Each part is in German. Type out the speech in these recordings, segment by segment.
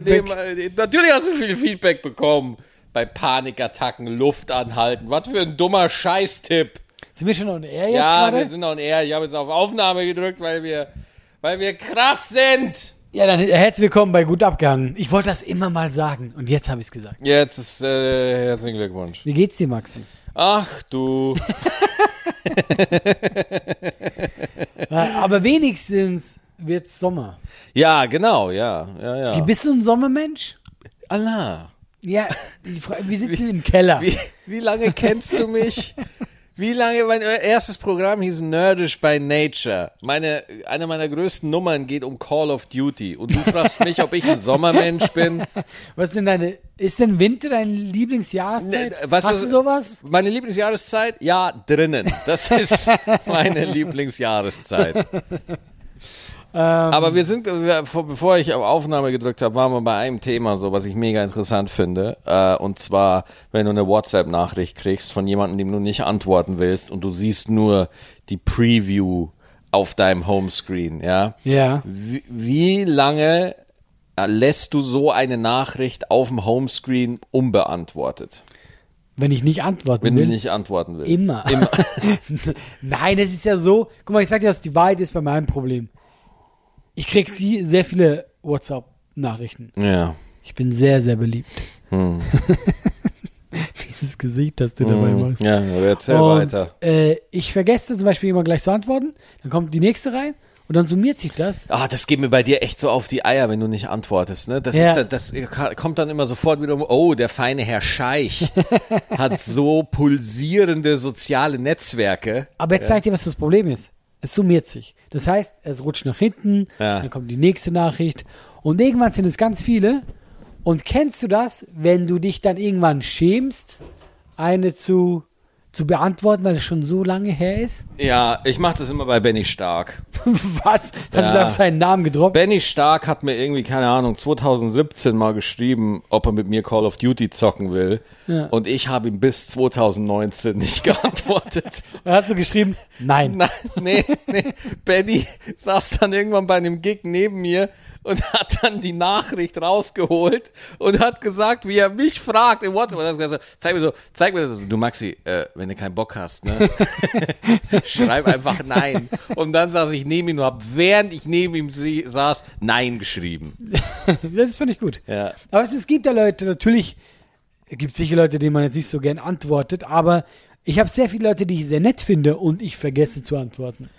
Dem, äh, natürlich hast du viel Feedback bekommen. Bei Panikattacken, Luft anhalten. Was für ein dummer Scheißtipp. Sind wir schon on air jetzt Ja, wir gerade? sind on air. Ich habe jetzt auf Aufnahme gedrückt, weil wir, weil wir krass sind. Ja, dann äh, herzlich willkommen bei Gut Abgehangen. Ich wollte das immer mal sagen und jetzt habe ich es gesagt. Jetzt ist äh, herzlichen Glückwunsch. Wie geht's dir, Maxi? Ach du. Äh, Aber wenigstens wird's Sommer. ja, genau, ja. ja, ja. Bist du ein Sommermensch? Allah. Ja, die Fra- wir sitzen im Keller. Wie, wie lange kennst du mich? Wie lange, mein äh, erstes Programm hieß Nerdish by Nature. Meine, eine meiner größten Nummern geht um Call of Duty. Und du fragst mich, ob ich ein Sommermensch bin. Was ist denn deine, ist denn Winter deine Lieblingsjahreszeit? Ne, weißt Hast du- du sowas? Meine Lieblingsjahreszeit? Ja, drinnen. Das ist meine Lieblingsjahreszeit. Aber wir sind, äh, vor- bevor ich auf Aufnahme gedrückt habe, waren wir bei einem Thema, so was ich mega interessant finde. Äh, Und zwar, wenn du eine WhatsApp-Nachricht kriegst von jemandem, dem du nicht antworten willst und du siehst nur die Preview auf deinem Homescreen, ja. Ja. Wie, wie lange äh, lässt du so eine Nachricht auf dem Homescreen unbeantwortet, Wenn ich nicht antworten wenn will. du nicht antworten willst? Immer. Nein, es ist ja so. Guck mal, ich sag dir, was die Wahrheit ist bei meinem Problem. Ich krieg sie sehr viele WhatsApp-Nachrichten. Ja. Ich bin sehr, sehr beliebt. Hm. Dieses Gesicht, das du dabei machst. Mhm. Ja, aber erzähl Und weiter. äh, ich vergesse zum Beispiel immer gleich zu antworten, dann kommt die nächste rein und dann summiert sich das. Ah, das geht mir bei dir echt so auf die Eier, wenn du nicht antwortest. Ne? Das, Ja. ist, dann- das kommt dann immer sofort wieder um, oh, der feine Herr Scheich hat so pulsierende soziale Netzwerke. Aber jetzt zeig dir, was das Problem ist. Es summiert sich. Das heißt, es rutscht nach hinten, Ja. dann kommt die nächste Nachricht und irgendwann sind es ganz viele. Und kennst du das, wenn du dich dann irgendwann schämst, eine zu, zu beantworten, weil es schon so lange her ist? Ja, ich mache das immer bei Benny Stark. was? Das ist Ja. auf seinen Namen gedroppt. Benny Stark hat mir irgendwie, keine Ahnung, 2017 mal geschrieben, ob er mit mir Call of Duty zocken will. Ja. Und ich habe ihm bis 2019 nicht geantwortet. Dann hast du geschrieben, nein. Nein, nee, nee. Benny saß dann irgendwann bei einem Gig neben mir und hat dann die Nachricht rausgeholt und hat gesagt, wie er mich fragt im WhatsApp. Und hat gesagt, zeig mir so, zeig mir das. so. Du Maxi, äh, wenn du keinen Bock hast, ne? schreib einfach nein. Und dann saß ich neben ihm und hab, während ich neben ihm sie- saß, nein geschrieben. Das finde ich gut. Ja. Aber es, es gibt ja Leute, natürlich gibt es sicher Leute, denen man jetzt nicht so gern antwortet, aber ich habe sehr viele Leute, die ich sehr nett finde und ich vergesse zu antworten.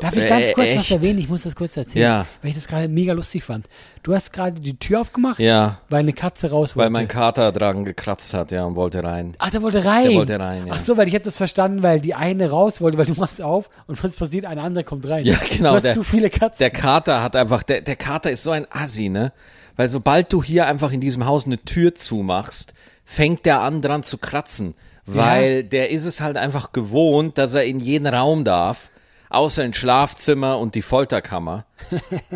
Darf ich ganz kurz was erwähnen? Ich muss das kurz erzählen, Äh, Ja. weil ich das gerade mega lustig fand. Du hast gerade die Tür aufgemacht, Ja, weil eine Katze raus wollte. weil mein Kater dran gekratzt hat, ja, und wollte rein. Ach, der wollte rein. Der wollte rein, ja. Ach so, weil ich habe das verstanden, weil die eine raus wollte, weil du machst auf und was passiert? Eine andere kommt rein. Ja, genau, Du hast der- zu viele Katzen. Der Kater hat einfach, der, der Kater ist so ein Assi, ne? Weil sobald du hier einfach in diesem Haus eine Tür zumachst, fängt der an dran zu kratzen. Weil der ist es halt einfach gewohnt, dass er in jeden Raum darf, außer in Schlafzimmer und die Folterkammer.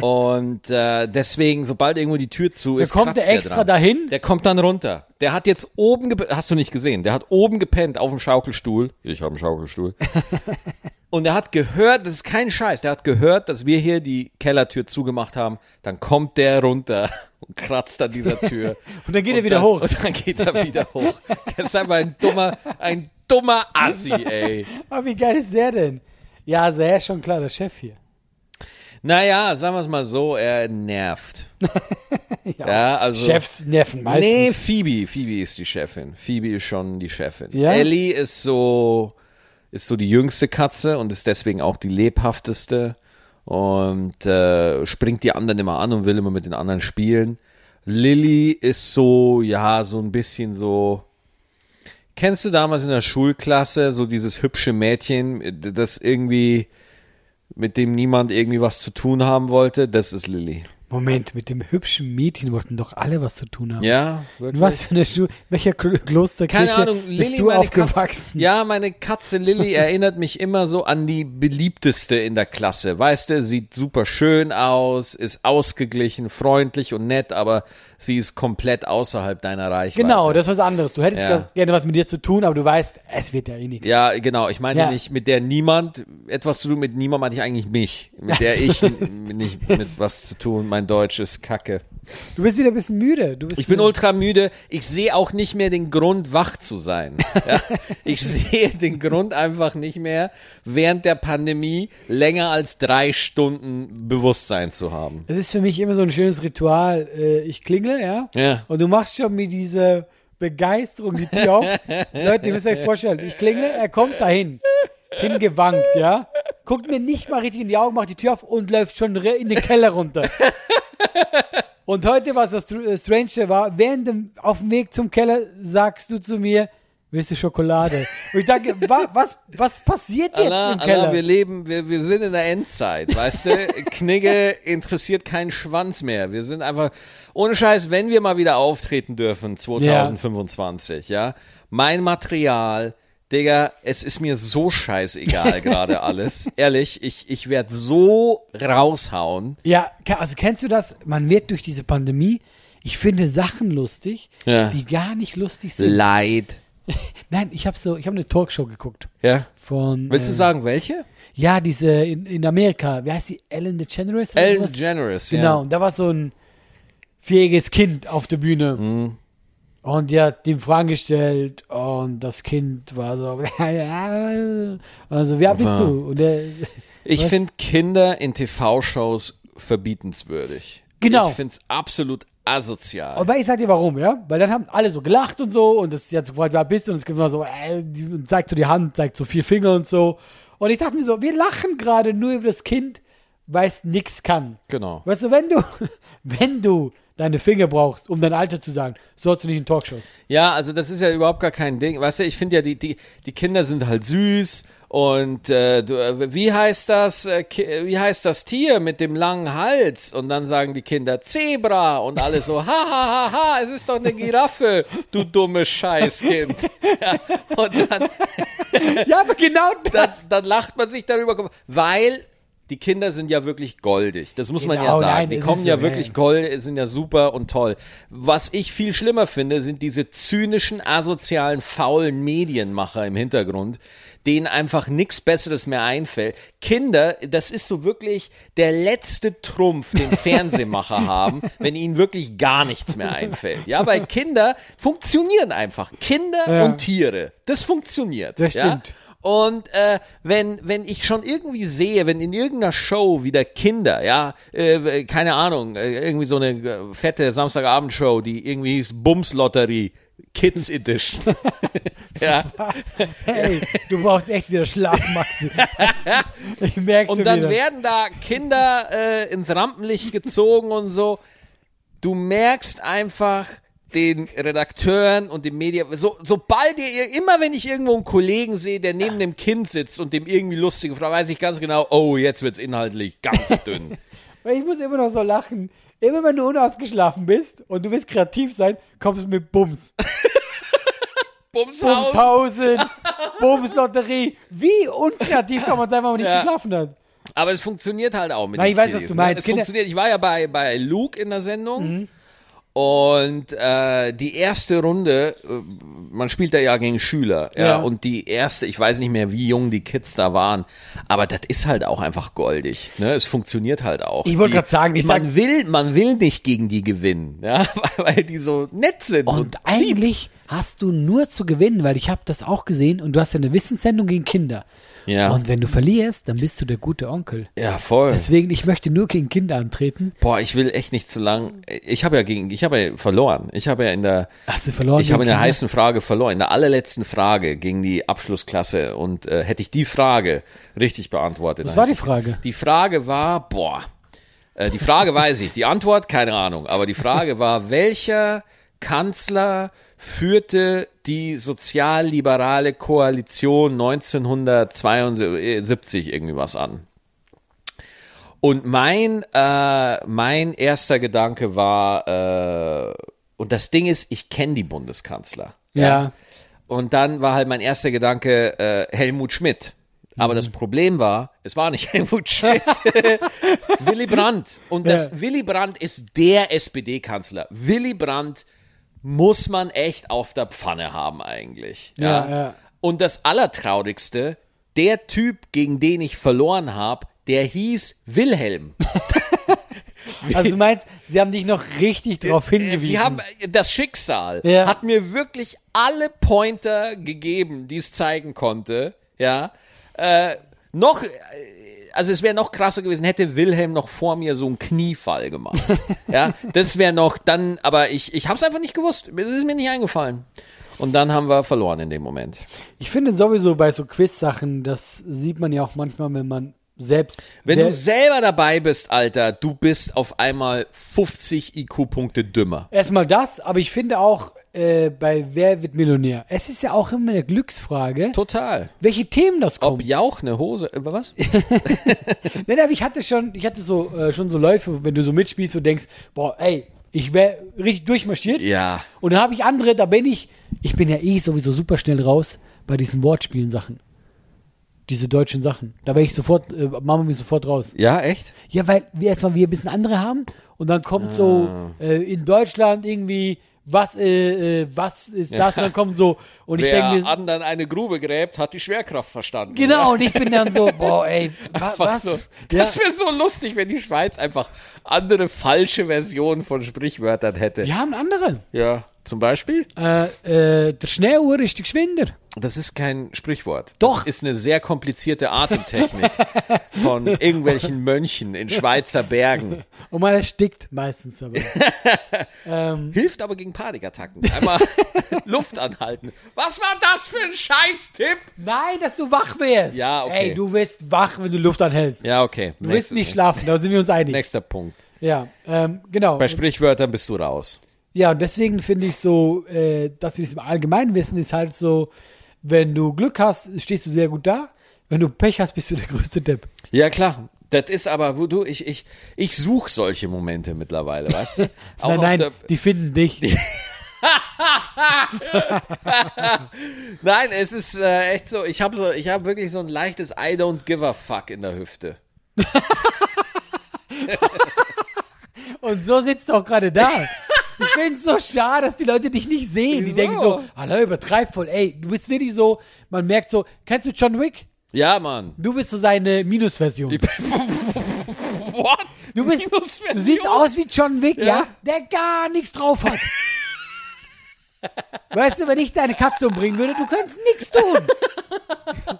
und äh, deswegen, sobald irgendwo die Tür zu ist, kommt der kratzt der extra dran. dahin? Der kommt dann runter. Der hat jetzt oben, gep- hast du nicht gesehen, der hat oben gepennt auf dem Schaukelstuhl. Ich habe einen Schaukelstuhl. Und er hat gehört, das ist kein Scheiß, der hat gehört, dass wir hier die Kellertür zugemacht haben. Dann kommt der runter und kratzt an dieser Tür. Und dann geht er wieder hoch. Und dann geht er wieder hoch. Das ist einfach ein dummer, ein dummer Assi, ey. Aber Ah, wie geil ist der denn? Ja, sehr schon klar, der Chef hier. Naja, sagen wir es mal so, er nervt. Ja, also. Chefs nerven meistens. Nee, Phoebe. Phoebe ist die Chefin. Phoebe ist schon die Chefin. Ja? Ellie ist so, ist so die jüngste Katze und ist deswegen auch die lebhafteste und äh, springt die anderen immer an und will immer mit den anderen spielen. Lilly ist so, ja, so ein bisschen so. Kennst du damals in der Schulklasse so dieses hübsche Mädchen, das irgendwie mit dem niemand irgendwie was zu tun haben wollte? Das ist Lilly. Moment, mit dem hübschen Mädchen wollten doch alle was zu tun haben. Ja, wirklich. In Was für eine Schule, welcher Klo- Klosterkirche Keine Ahnung, Lilly, bist du meine aufgewachsen? Katze, ja, meine Katze Lilly erinnert mich immer so an die beliebteste in der Klasse. Weißt du, sieht super schön aus, ist ausgeglichen, freundlich und nett, aber sie ist komplett außerhalb deiner Reichweite. Genau, das ist was anderes. Du hättest Ja. ganz gerne was mit dir zu tun, aber du weißt, es wird ja eh nichts. Ja, genau. Ich meine Ja. nicht, mit der niemand etwas zu tun, mit niemand meine ich eigentlich mich. Mit der Ach so. ich n- nicht mit was zu tun. mein Deutsch ist kacke. Du bist wieder ein bisschen müde. Du bist Ich bin wieder- ultra müde. Ich sehe auch nicht mehr den Grund, wach zu sein. Ja, ich sehe den Grund einfach nicht mehr, während der Pandemie länger als drei Stunden Bewusstsein zu haben. Das ist für mich immer so ein schönes Ritual. Äh, Ich klingle, ja? Ja. Und du machst schon mit dieser Begeisterung die Tür auf. Leute, ihr müsst euch vorstellen, ich klingle, er kommt dahin. Hingewankt, ja? Guckt mir nicht mal richtig in die Augen, macht die Tür auf und läuft schon re- in den Keller runter. Und heute, was das Str- äh, Strange war, während dem, auf dem Weg zum Keller sagst du zu mir, willst du Schokolade? Und ich dachte, wa, was, was passiert jetzt Allah, im Keller? Allah, wir leben, wir, wir sind in der Endzeit, weißt du? Knigge interessiert keinen Schwanz mehr. Wir sind einfach, ohne Scheiß, wenn wir mal wieder auftreten dürfen, 2025, ja. Mein Material, Digga, es ist mir so scheißegal gerade alles. Ehrlich, ich, ich werde so raushauen. Ja, ke- also kennst du das? Man wird durch diese Pandemie, ich finde Sachen lustig, Ja. die gar nicht lustig sind. Leid. Nein, ich habe so, ich habe eine Talkshow geguckt Ja. von. Willst äh, du sagen, welche? Ja, diese in, in Amerika. Wie heißt sie? Ellen DeGeneres? oder Ellen sowas? Generous, Genau. Und da war so ein vierjähriges Kind auf der Bühne. Mhm. Und die hat ihm Fragen gestellt und das Kind war so, also wer bist du? Und der, Ich Was? finde Kinder in TV-Shows verbietenswürdig. Genau. Ich finde es absolut asozial. Aber ich sag dir warum, ja? Weil dann haben alle so gelacht und so und das sie hat so gefragt, wer bist du? Und es gibt immer so, äh, die- und zeigt so die Hand, zeigt so vier Finger und so. Und ich dachte mir so, wir lachen gerade nur über das Kind, weil es nix kann. Genau. Weißt du, wenn du, wenn du deine Finger brauchst, um dein Alter zu sagen, sollst du nicht in Talkshows. Ja, also das ist ja überhaupt gar kein Ding. Weißt du, ich finde ja, die, die, die Kinder sind halt süß und äh, du, äh, wie heißt das, äh, Ki- äh, wie heißt das Tier mit dem langen Hals? Und dann sagen die Kinder Zebra und alle so, ha, ha, ha, ha, es ist doch eine Giraffe, du dummes Scheißkind. Ja, und dann, Ja, aber genau dann, das. dann lacht man sich darüber, kaputt. weil die Kinder sind ja wirklich goldig. Das muss man ja Genau, sagen. nein, die es kommen ist ja so, wirklich ja, ja. gold, sind ja super und toll. Was ich viel schlimmer finde, sind diese zynischen, asozialen, faulen Medienmacher im Hintergrund, denen einfach nichts Besseres mehr einfällt. Kinder, das ist so wirklich der letzte Trumpf, den Fernsehmacher haben, wenn ihnen wirklich gar nichts mehr einfällt. Ja, weil Kinder funktionieren einfach. Kinder Ja. und Tiere, das funktioniert. Das ja? stimmt. Und äh, wenn, wenn ich schon irgendwie sehe, wenn in irgendeiner Show wieder Kinder, ja, äh, keine Ahnung, äh, irgendwie so eine äh, fette Samstagabendshow, die irgendwie hieß Bums-Lotterie, Kids Edition. ja. Hey, du brauchst echt wieder Schlaf, Maxi. Ich merke schon Und dann wieder. werden da Kinder äh, ins Rampenlicht gezogen und so. Du merkst einfach den Redakteuren und den Medien, so, sobald ihr, immer wenn ich irgendwo einen Kollegen sehe, der neben dem Kind sitzt und dem irgendwie lustige Frau, weiß ich ganz genau, oh, jetzt wird's inhaltlich ganz dünn. Weil ich muss immer noch so lachen. Immer wenn du unausgeschlafen bist und du willst kreativ sein, kommst du mit Bums. Bumshaus. Bumshausen, Bumslotterie. Wie unkreativ kann man sein, wenn man nicht Ja. geschlafen hat? Aber es funktioniert halt auch mit Nein, den ich weiß, was Kiddies, du ne? meinst. Es Kinder- Mhm. funktioniert. Ich war ja bei, bei Luke in der Sendung. Und äh, die erste Runde, äh, man spielt da ja gegen Schüler. Ja, Ja. Und die erste, ich weiß nicht mehr, wie jung die Kids da waren, aber das ist halt auch einfach goldig. Ne? Es funktioniert halt auch. Ich wollte Die- grad sagen, ich man sag- will, man will nicht gegen die gewinnen, ja? weil die so nett sind. Und eigentlich hast du nur zu gewinnen, weil ich habe das auch gesehen und du hast ja eine Wissenssendung gegen Kinder. Ja. Und wenn du verlierst, dann bist du der gute Onkel. ja, voll. Deswegen, ich möchte nur gegen Kinder antreten. Boah, ich will echt nicht zu lang. Ich habe ja gegen, ich habe ja verloren. Ich habe ja in der Hast du verloren? Ich habe in gegen der Kinder? heißen Frage verloren, in der allerletzten Frage gegen die Abschlussklasse und äh, hätte ich die Frage richtig beantwortet. Was war die Frage? Die Frage war, boah, äh, die Frage weiß ich, die Antwort keine Ahnung, aber die Frage war, welcher Kanzler führte die sozialliberale Koalition 1972 irgendwie was an? Und mein, äh, mein erster Gedanke war, äh, und das Ding ist, ich kenne die Bundeskanzler. Ja. Und dann war halt mein erster Gedanke äh, Helmut Schmidt. Aber Mhm. das Problem war, es war nicht Helmut Schmidt, Willy Brandt. Und das Ja. Willy Brandt ist der SPD-Kanzler. Willy Brandt muss man echt auf der Pfanne haben eigentlich. Ja, Ja, ja. Und das Allertraurigste, der Typ, gegen den ich verloren habe, der hieß Wilhelm. Also du meinst, sie haben dich noch richtig drauf hingewiesen. Äh, Sie haben äh, das Schicksal Ja. hat mir wirklich alle Pointer gegeben, die es zeigen konnte. Ja, äh, noch, äh, also es wäre noch krasser gewesen, hätte Wilhelm noch vor mir so einen Kniefall gemacht. ja, das wäre noch dann, aber ich, ich habe es einfach nicht gewusst. Es ist mir nicht eingefallen. Und dann haben wir verloren in dem Moment. ich finde sowieso bei so Quiz-Sachen, das sieht man ja auch manchmal, wenn man selbst. Wenn wer- du selber dabei bist, Alter, du bist auf einmal 50 IQ-Punkte dümmer. Erstmal das, aber ich finde auch äh, bei Wer wird Millionär? Es ist ja auch immer eine Glücksfrage, Total. welche Themen das Ob kommt. Jauch eine Hose, über was? Nein, aber ich hatte schon, ich hatte so äh, schon so Läufe, wenn du so mitspielst und denkst, boah, ey, ich wäre richtig durchmarschiert. Ja. Und dann habe ich andere, da bin ich, ich bin ja eh sowieso super schnell raus bei diesen Wortspielen Sachen. Diese deutschen Sachen. Da wäre ich sofort, äh, machen wir mich sofort raus. Ja, echt? Ja, weil wir erstmal wir ein bisschen andere haben und dann kommt so Ah. äh, in Deutschland irgendwie, was, äh, äh, was ist das? Und dann kommt so, und ich denke mir, so- anderen eine Grube gräbt, hat die Schwerkraft verstanden. genau, und ich bin dann so, boah, ey, wa, was? Ja. Das wäre so lustig, wenn die Schweiz einfach andere falsche Versionen von Sprichwörtern hätte. Wir haben andere. ja. Zum Beispiel? Äh, äh, der Schnelluhr ist der Geschwinder. Das ist kein Sprichwort. Doch. Das ist eine sehr komplizierte Atemtechnik von irgendwelchen Mönchen in Schweizer Bergen. Und man erstickt meistens dabei. Hilft aber gegen Panikattacken. Einmal Luft anhalten. Was war das für ein Scheiß-Tipp? Nein, dass du wach wärst. Ja, okay. Ey, du wirst wach, wenn du Luft anhältst. Ja, okay. Du wirst nicht schlafen, da sind wir uns einig. Nächster Punkt. Ja, ähm, genau. Bei Sprichwörtern bist du raus. Ja, und deswegen finde ich so, äh, dass wir das im Allgemeinen wissen, ist halt so, wenn du Glück hast, stehst du sehr gut da. Wenn du Pech hast, bist du der größte Depp. Ja, klar. Das ist aber, wo du, ich, ich, ich suche solche Momente mittlerweile, weißt du? Auch nein, auf nein, der- die finden dich. nein, es ist äh, echt so, ich habe so, ich hab wirklich so ein leichtes I don't give a fuck in der Hüfte. Und so sitzt du auch gerade da. Ich finde es so schade, dass die Leute dich nicht sehen. Die Wieso? denken so, hallo, übertreib voll. Ey, du bist wirklich so, man merkt so, kennst du John Wick? Ja, Mann. Du bist so seine Minusversion. What? Du bist, du siehst um- aus wie John Wick, ja, der gar nichts drauf hat. weißt du, wenn ich deine Katze umbringen würde, du könntest nichts tun.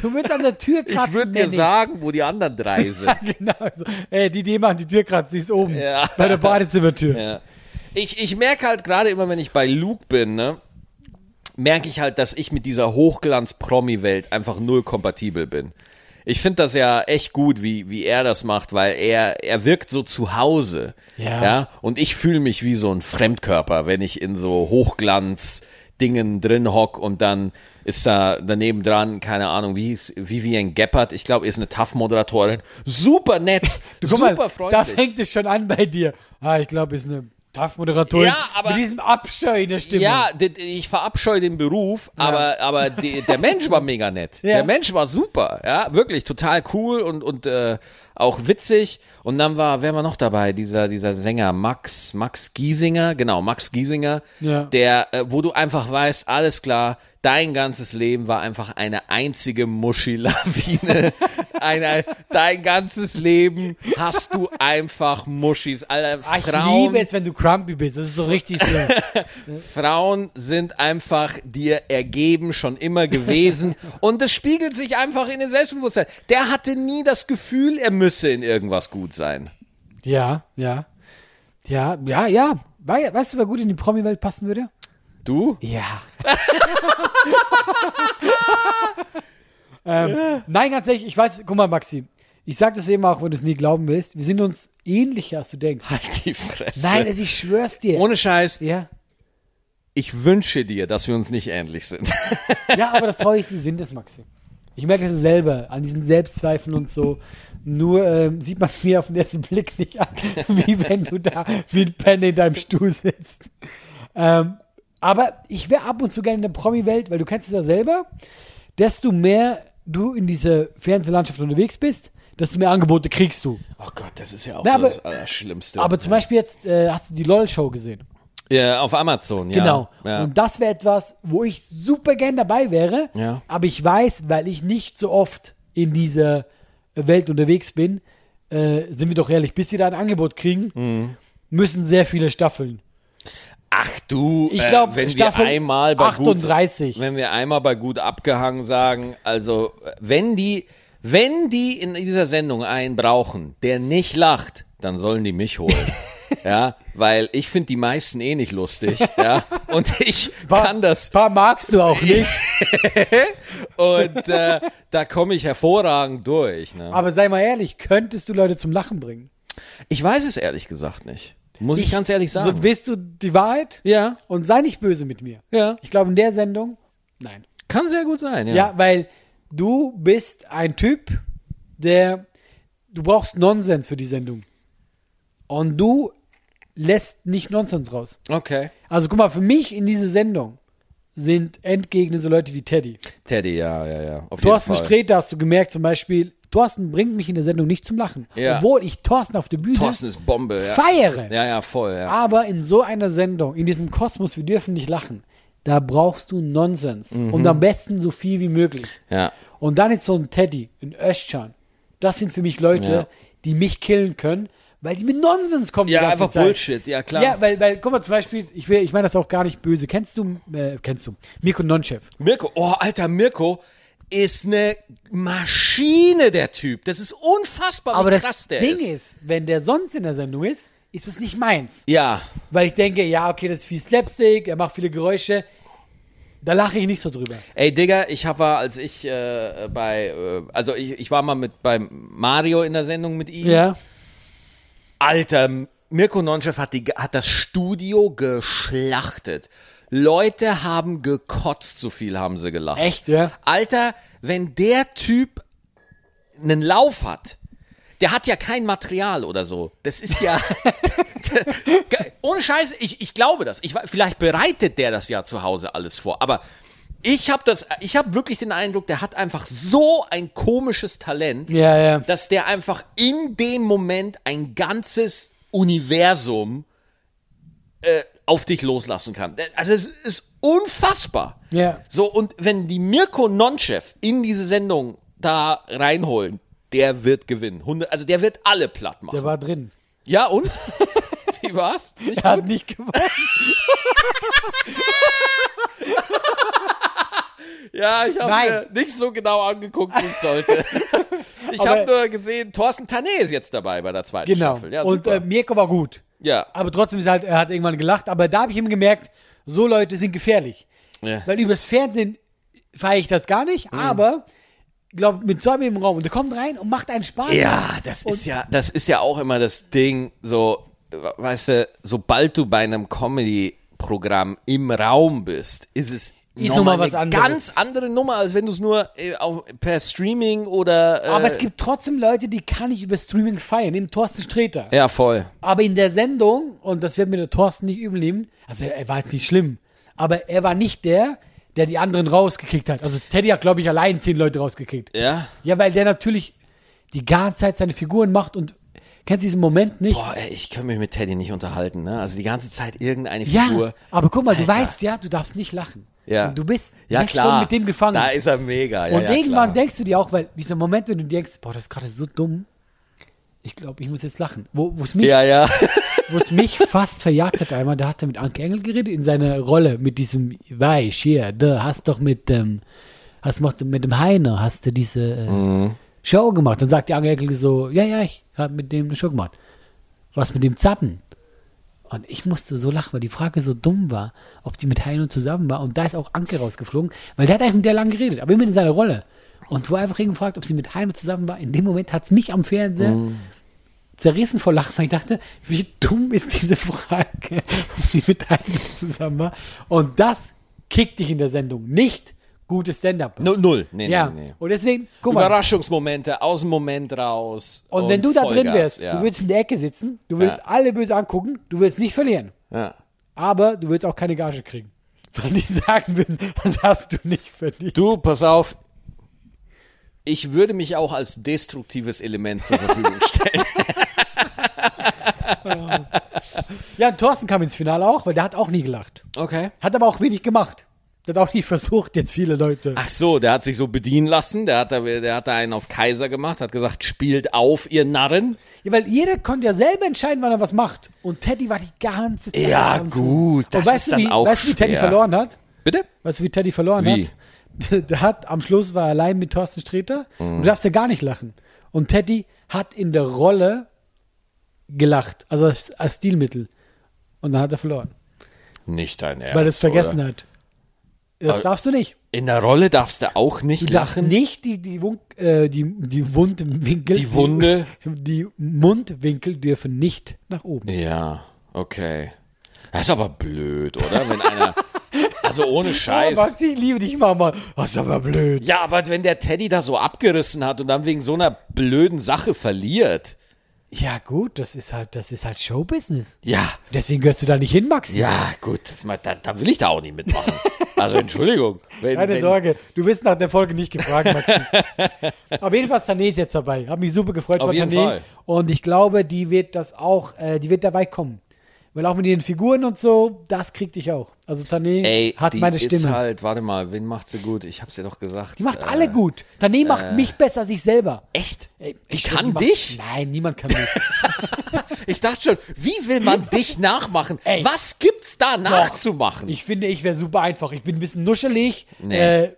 Du würdest an der Tür kratzen. Ich würde dir nenn sagen, wo die anderen drei sind. Genau, so. Ey, die, die immer an die Tür kratzen, die ist oben. Ja. Bei der Badezimmertür. Ja. Ich, ich merke halt gerade immer, wenn ich bei Luke bin, ne, merke ich halt, dass ich mit dieser Hochglanz-Promi-Welt einfach null kompatibel bin. Ich finde das ja echt gut, wie, wie er das macht, weil er, er wirkt so zu Hause. Ja. Und ich fühle mich wie so ein Fremdkörper, wenn ich in so Hochglanz-Dingen drin hock und dann ist da daneben dran, keine Ahnung, wie hieß, Vivian Geppert, ich glaube, ist eine TAF-Moderatorin. Super nett, Du, guck super mal, da freundlich. fängt es schon an bei dir. Ah, ich glaube, ist eine TAF-Moderatorin. Ja, aber- Mit diesem Abscheu in der Stimme. Ja, d- d- ich verabscheue den Beruf, aber, aber die, der Mensch war mega nett. Ja. Der Mensch war super, ja, wirklich total cool und, und äh, auch witzig. Und dann war, wer war noch dabei? Dieser, dieser Sänger Max, Max Giesinger, genau, Max Giesinger, Ja. der, äh, wo du einfach weißt, alles klar, dein ganzes Leben war einfach eine einzige Muschi-Lawine. eine, dein ganzes Leben hast du einfach Muschis. Alle Ah, ich Frauen. liebe es, wenn du crumpy bist. Das ist so richtig so. Frauen sind einfach dir ergeben, schon immer gewesen. Und das spiegelt sich einfach in dem Selbstbewusstsein. Der hatte nie das Gefühl, er müsse in irgendwas gut sein. ja, ja. Ja, ja, ja. Wei- Weißt du, wer gut in die Promi-Welt passen würde? Du? Ja. ähm, nein, ganz ehrlich, ich weiß, guck mal, Maxi, ich sag das eben auch, wenn du es nie glauben willst, wir sind uns ähnlicher, als du denkst. Halt die Fresse. Nein, also ich schwör's dir. Ohne Scheiß, ja. ich wünsche dir, dass wir uns nicht ähnlich sind. ja, aber das traue ich, wir sind es, Maxi. Ich merke das selber, an diesen Selbstzweifeln und so. Nur ähm, sieht man es mir auf den ersten Blick nicht an, wie wenn du da wie ein Penny in deinem Stuhl sitzt. Ähm, aber ich wäre ab und zu gerne in der Promi-Welt, weil du kennst es ja selber, desto mehr du in dieser Fernsehlandschaft unterwegs bist, desto mehr Angebote kriegst du. Oh Gott, das ist ja auch Na, so aber- das Allerschlimmste. Aber zum Beispiel jetzt äh, hast du die LOL-Show gesehen. ja, auf Amazon, ja. Genau. Ja. Und das wäre etwas, wo ich super gern dabei wäre. Ja. Aber ich weiß, weil ich nicht so oft in dieser Welt unterwegs bin, äh, sind wir doch ehrlich, bis sie da ein Angebot kriegen, Mhm. müssen sehr viele Staffeln. Ach du, Ich äh, glaube, wenn Staffel wir einmal bei gut 38. Wenn wir einmal bei gut abgehangen sagen, also äh, wenn die, wenn die in dieser Sendung einen brauchen, der nicht lacht, dann sollen die mich holen. ja, weil ich finde die meisten eh nicht lustig. ja, und ich Paar- kann das. Paar magst du auch nicht. Und äh, da komme ich hervorragend durch. Ne? Aber sei mal ehrlich, könntest du Leute zum Lachen bringen? Ich weiß es ehrlich gesagt nicht. Muss ich, ganz ehrlich sagen. So, willst du die Wahrheit? ja, Und sei nicht böse mit mir. ja. Ich glaube, in der Sendung, nein. Kann sehr gut sein, ja. Ja, weil du bist ein Typ, der, du brauchst Nonsens für die Sendung. Und du lässt nicht Nonsens raus. Okay. Also guck mal, für mich in diese Sendung sind Endgegner so Leute wie Teddy. Teddy, ja, ja, ja. Auf jeden Thorsten Fall. Sträter hast du gemerkt zum Beispiel, Thorsten bringt mich in der Sendung nicht zum Lachen. Ja. Obwohl ich Thorsten auf der Bühne Thorsten ist Bombe, ja. feiere. Ja, ja, voll, ja. Aber in so einer Sendung, in diesem Kosmos, wir dürfen nicht lachen, da brauchst du Nonsens. Mhm. Und am besten so viel wie möglich. ja. Und dann ist so ein Teddy, ein Özcan. Das sind für mich Leute, Ja. die die mich killen können, weil die mit Nonsens kommen. die Ja, ganze einfach Zeit. Bullshit, ja klar. Ja, weil, weil, guck mal, zum Beispiel, ich, will- ich meine das auch gar nicht böse. Kennst du, äh, kennst du, Mirko Nonchef? Mirko, oh, alter Mirko ist eine Maschine, der Typ. Das ist unfassbar, Aber wie das krass der Ding ist. ist. wenn der sonst in der Sendung ist, ist es nicht meins. Ja, Weil ich denke, ja, okay, das ist viel Slapstick, er macht viele Geräusche. Da lache ich nicht so drüber. ey Digga, ich hab war, als ich äh, bei, äh, also ich, ich war mal mit bei Mario in der Sendung mit ihm. Alter, Mirko Nonchev hat, die, hat das Studio geschlachtet. Leute haben gekotzt, so viel haben sie gelacht. Echt, ja? Alter, wenn der Typ einen Lauf hat, der hat ja kein Material oder so. Das ist ja. Ge- Ohne Scheiß, ich, ich glaube das. Ich, wa- vielleicht bereitet der das ja zu Hause alles vor, aber ich habe das, ich habe wirklich den Eindruck, der hat einfach so ein komisches Talent Ja, ja. dass der einfach in dem Moment ein ganzes Universum äh, auf dich loslassen kann. Also es ist unfassbar. Ja. So, und wenn die Mirko Nonchev in diese Sendung da reinholen, der wird gewinnen. Hunde, also der wird alle platt machen. Der war drin. ja, und? Wie war's? Er hat nicht gewonnen. Ja, ich Nein. habe mir nicht so genau angeguckt, wie ich sollte. ich Aber- habe nur gesehen, Thorsten Tanné ist jetzt dabei bei der zweiten Genau. Staffel. Ja, Und super. äh, Mirko war gut. ja. Aber trotzdem ist er halt, er hat irgendwann gelacht. Aber da habe ich ihm gemerkt, so Leute sind gefährlich. ja. Weil übers Fernsehen feiere ich das gar Mhm. nicht, aber glaub, mit zwei im Raum. Und der kommt rein und macht einen Spaß. Ja, das ist ja, das ist ja auch immer das Ding, so, we- weißt du, sobald du bei einem Comedy-Programm im Raum bist, ist es Ist noch noch mal mal was eine anderes. ganz andere Nummer, als wenn du es nur äh, auf, per Streaming oder. Äh, Aber es gibt trotzdem Leute, die kann ich über Streaming feiern, neben Thorsten Sträter. ja, voll. Aber in der Sendung, und das wird mir der Thorsten nicht übel nehmen, also er, er war jetzt nicht schlimm, aber er war nicht der, der die anderen rausgekickt hat. Also Teddy hat, glaube ich, allein zehn Leute rausgekickt. Ja. Ja, weil der natürlich die ganze Zeit seine Figuren macht und kennst du diesen Moment nicht? Boah, ey, ich kann mich mit Teddy nicht unterhalten, ne? Also die ganze Zeit irgendeine ja, Figur. aber guck mal, du Alter. weißt ja, du darfst nicht lachen. Ja. Und du bist Ja, sechs klar. Stunden mit dem gefangen. Da ist er mega. Ja, und ja, irgendwann klar. denkst du dir auch, weil dieser Moment, wenn du denkst, boah, das ist gerade so dumm, ich glaube, ich muss jetzt lachen. Wo wo es mich, Ja, ja. wo es mich fast verjagt hat einmal, da hat er mit Anke Engel geredet, in seiner Rolle mit diesem Weich, hier, du hast doch mit dem, hast macht mit dem Heiner, hast du diese äh, Mhm. Show gemacht. Dann sagt die Anke Engel so, ja, ja, ich habe mit dem eine Show gemacht. Was mit dem Zappen? Und ich musste so lachen, weil die Frage so dumm war, ob die mit Heino zusammen war. Und da ist auch Anke rausgeflogen, weil der hat einfach mit der lang geredet, aber immer in seiner Rolle. Und wo er einfach irgendwie gefragt, ob sie mit Heino zusammen war. In dem Moment hat es mich am Fernseher Mhm. zerrissen vor Lachen, weil ich dachte, wie dumm ist diese Frage, ob sie mit Heino zusammen war. Und das kickt dich in der Sendung. Nicht gutes Stand-up. Nu- Null. Nee, ja. nee, nee. Und deswegen, guck mal. Überraschungsmomente, aus dem Moment raus. Und wenn du da drin Vollgas, wärst, ja. du würdest in der Ecke sitzen, du würdest Ja. alle böse angucken, du würdest nicht verlieren. Ja. aber du willst auch keine Gage kriegen. Weil die sagen würden, das hast du nicht verdient. Du, pass auf. Ich würde mich auch als destruktives Element zur Verfügung stellen. Ja, und Thorsten kam ins Finale auch, weil der hat auch nie gelacht. okay. Hat aber auch wenig gemacht. Das hat auch nicht versucht, jetzt viele Leute. Ach so, der hat sich so bedienen lassen, der hat da, der hat da einen auf Kaiser gemacht, hat gesagt, spielt auf, ihr Narren. Ja, weil jeder konnte ja selber entscheiden, wann er was macht. Und Teddy war die ganze Zeit. Ja, am Tun. gut, das Und weißt ist du, dann wie, auch Weißt du, wie Teddy schwer. verloren hat? Bitte? Weißt du, wie Teddy verloren Wie? hat? Der hat am Schluss war er allein mit Thorsten Sträter. Mhm. Du darfst ja gar nicht lachen. Und Teddy hat in der Rolle gelacht, also als, als Stilmittel. Und dann hat er verloren, Nicht dein Ernst. weil er es vergessen oder? hat. Das Aber- darfst du nicht. In der Rolle darfst du auch nicht Du darfst lachen. nicht die, die, Wun äh, die, die Wundwinkel. Die Wunde. Die, die Mundwinkel dürfen nicht nach oben. Ja, okay. Das ist aber blöd, oder? Wenn einer. Also ohne Oh, Scheiß. Max, ich liebe dich, Mama. Das ist aber blöd. Ja, aber wenn der Teddy da so abgerissen hat und dann wegen so einer blöden Sache verliert. Ja, gut, das ist halt, das ist halt Showbusiness. Ja, Deswegen gehörst du da nicht hin, Maxi. ja, gut. Das, mal- da, da will ich da auch nicht mitmachen. Also Entschuldigung. Wenn, Keine wenn, Sorge, du bist nach der Folge nicht gefragt, Maxi. Auf jeden Fall ist Tané ist jetzt dabei. Hab mich super gefreut Auf von jeden Tané. Fall. Und ich glaube, die wird das auch, äh, die wird dabei kommen. Weil auch mit den Figuren und so, das kriegt dich auch. Also Tané Ey, hat die meine ist Stimme. halt, warte mal, wen macht sie gut? Ich hab's dir doch gesagt. äh, die macht alle gut. Tané macht mich besser als ich selber. Echt? Ey, äh. ich schwör, die kann macht- dich? Nein, niemand kann mich. Ich dachte schon, wie will man dich nachmachen? Ey. Was gibt's da nachzumachen? Ich finde, ich wäre super einfach. Ich bin ein bisschen nuschelig. Nee. Äh,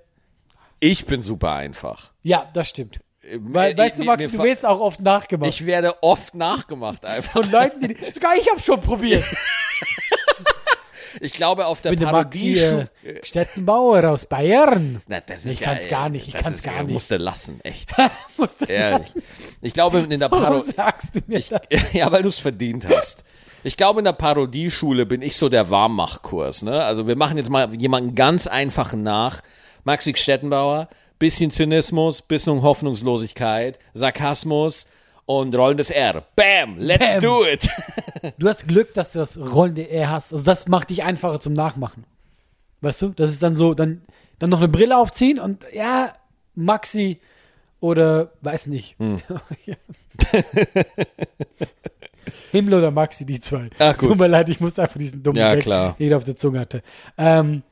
ich bin super einfach. ja, das stimmt. Äh, Weil, ich- weißt du, mir- Max, mir du fa- wirst auch oft nachgemacht. Ich werde oft nachgemacht einfach. von Leuten, die. Sogar ich habe schon probiert. Ich glaube auf der Ich bin der Maxi Parodie. äh, Stettenbauer aus Bayern. Na, das Ich kann's gar nicht, ich das kann's ist- gar nicht. Musste lassen, echt. Musst du Ehrlich. Ich glaube in der Warum Parodie. sagst du mir das? Ja, weil du es verdient hast. Ich glaube, in der Parodieschule bin ich so der Warmmachkurs. Ne? Also wir machen jetzt mal jemanden ganz einfachen nach. Maxi Stettenbauer, bisschen Zynismus, bisschen Hoffnungslosigkeit, Sarkasmus und rollendes R. Bam, let's Bam. do it. Du hast Glück, dass du das rollende R hast. Also das macht dich einfacher zum Nachmachen. Weißt du? Das ist dann so, dann, dann noch eine Brille aufziehen und ja, Maxi oder weiß nicht. Hm. Himmel oder Maxi, die zwei. Ach, Ah, gut. Tut mir leid, ich musste einfach diesen dummen Ja, Gag, klar. den ich auf der Zunge hatte. Ähm,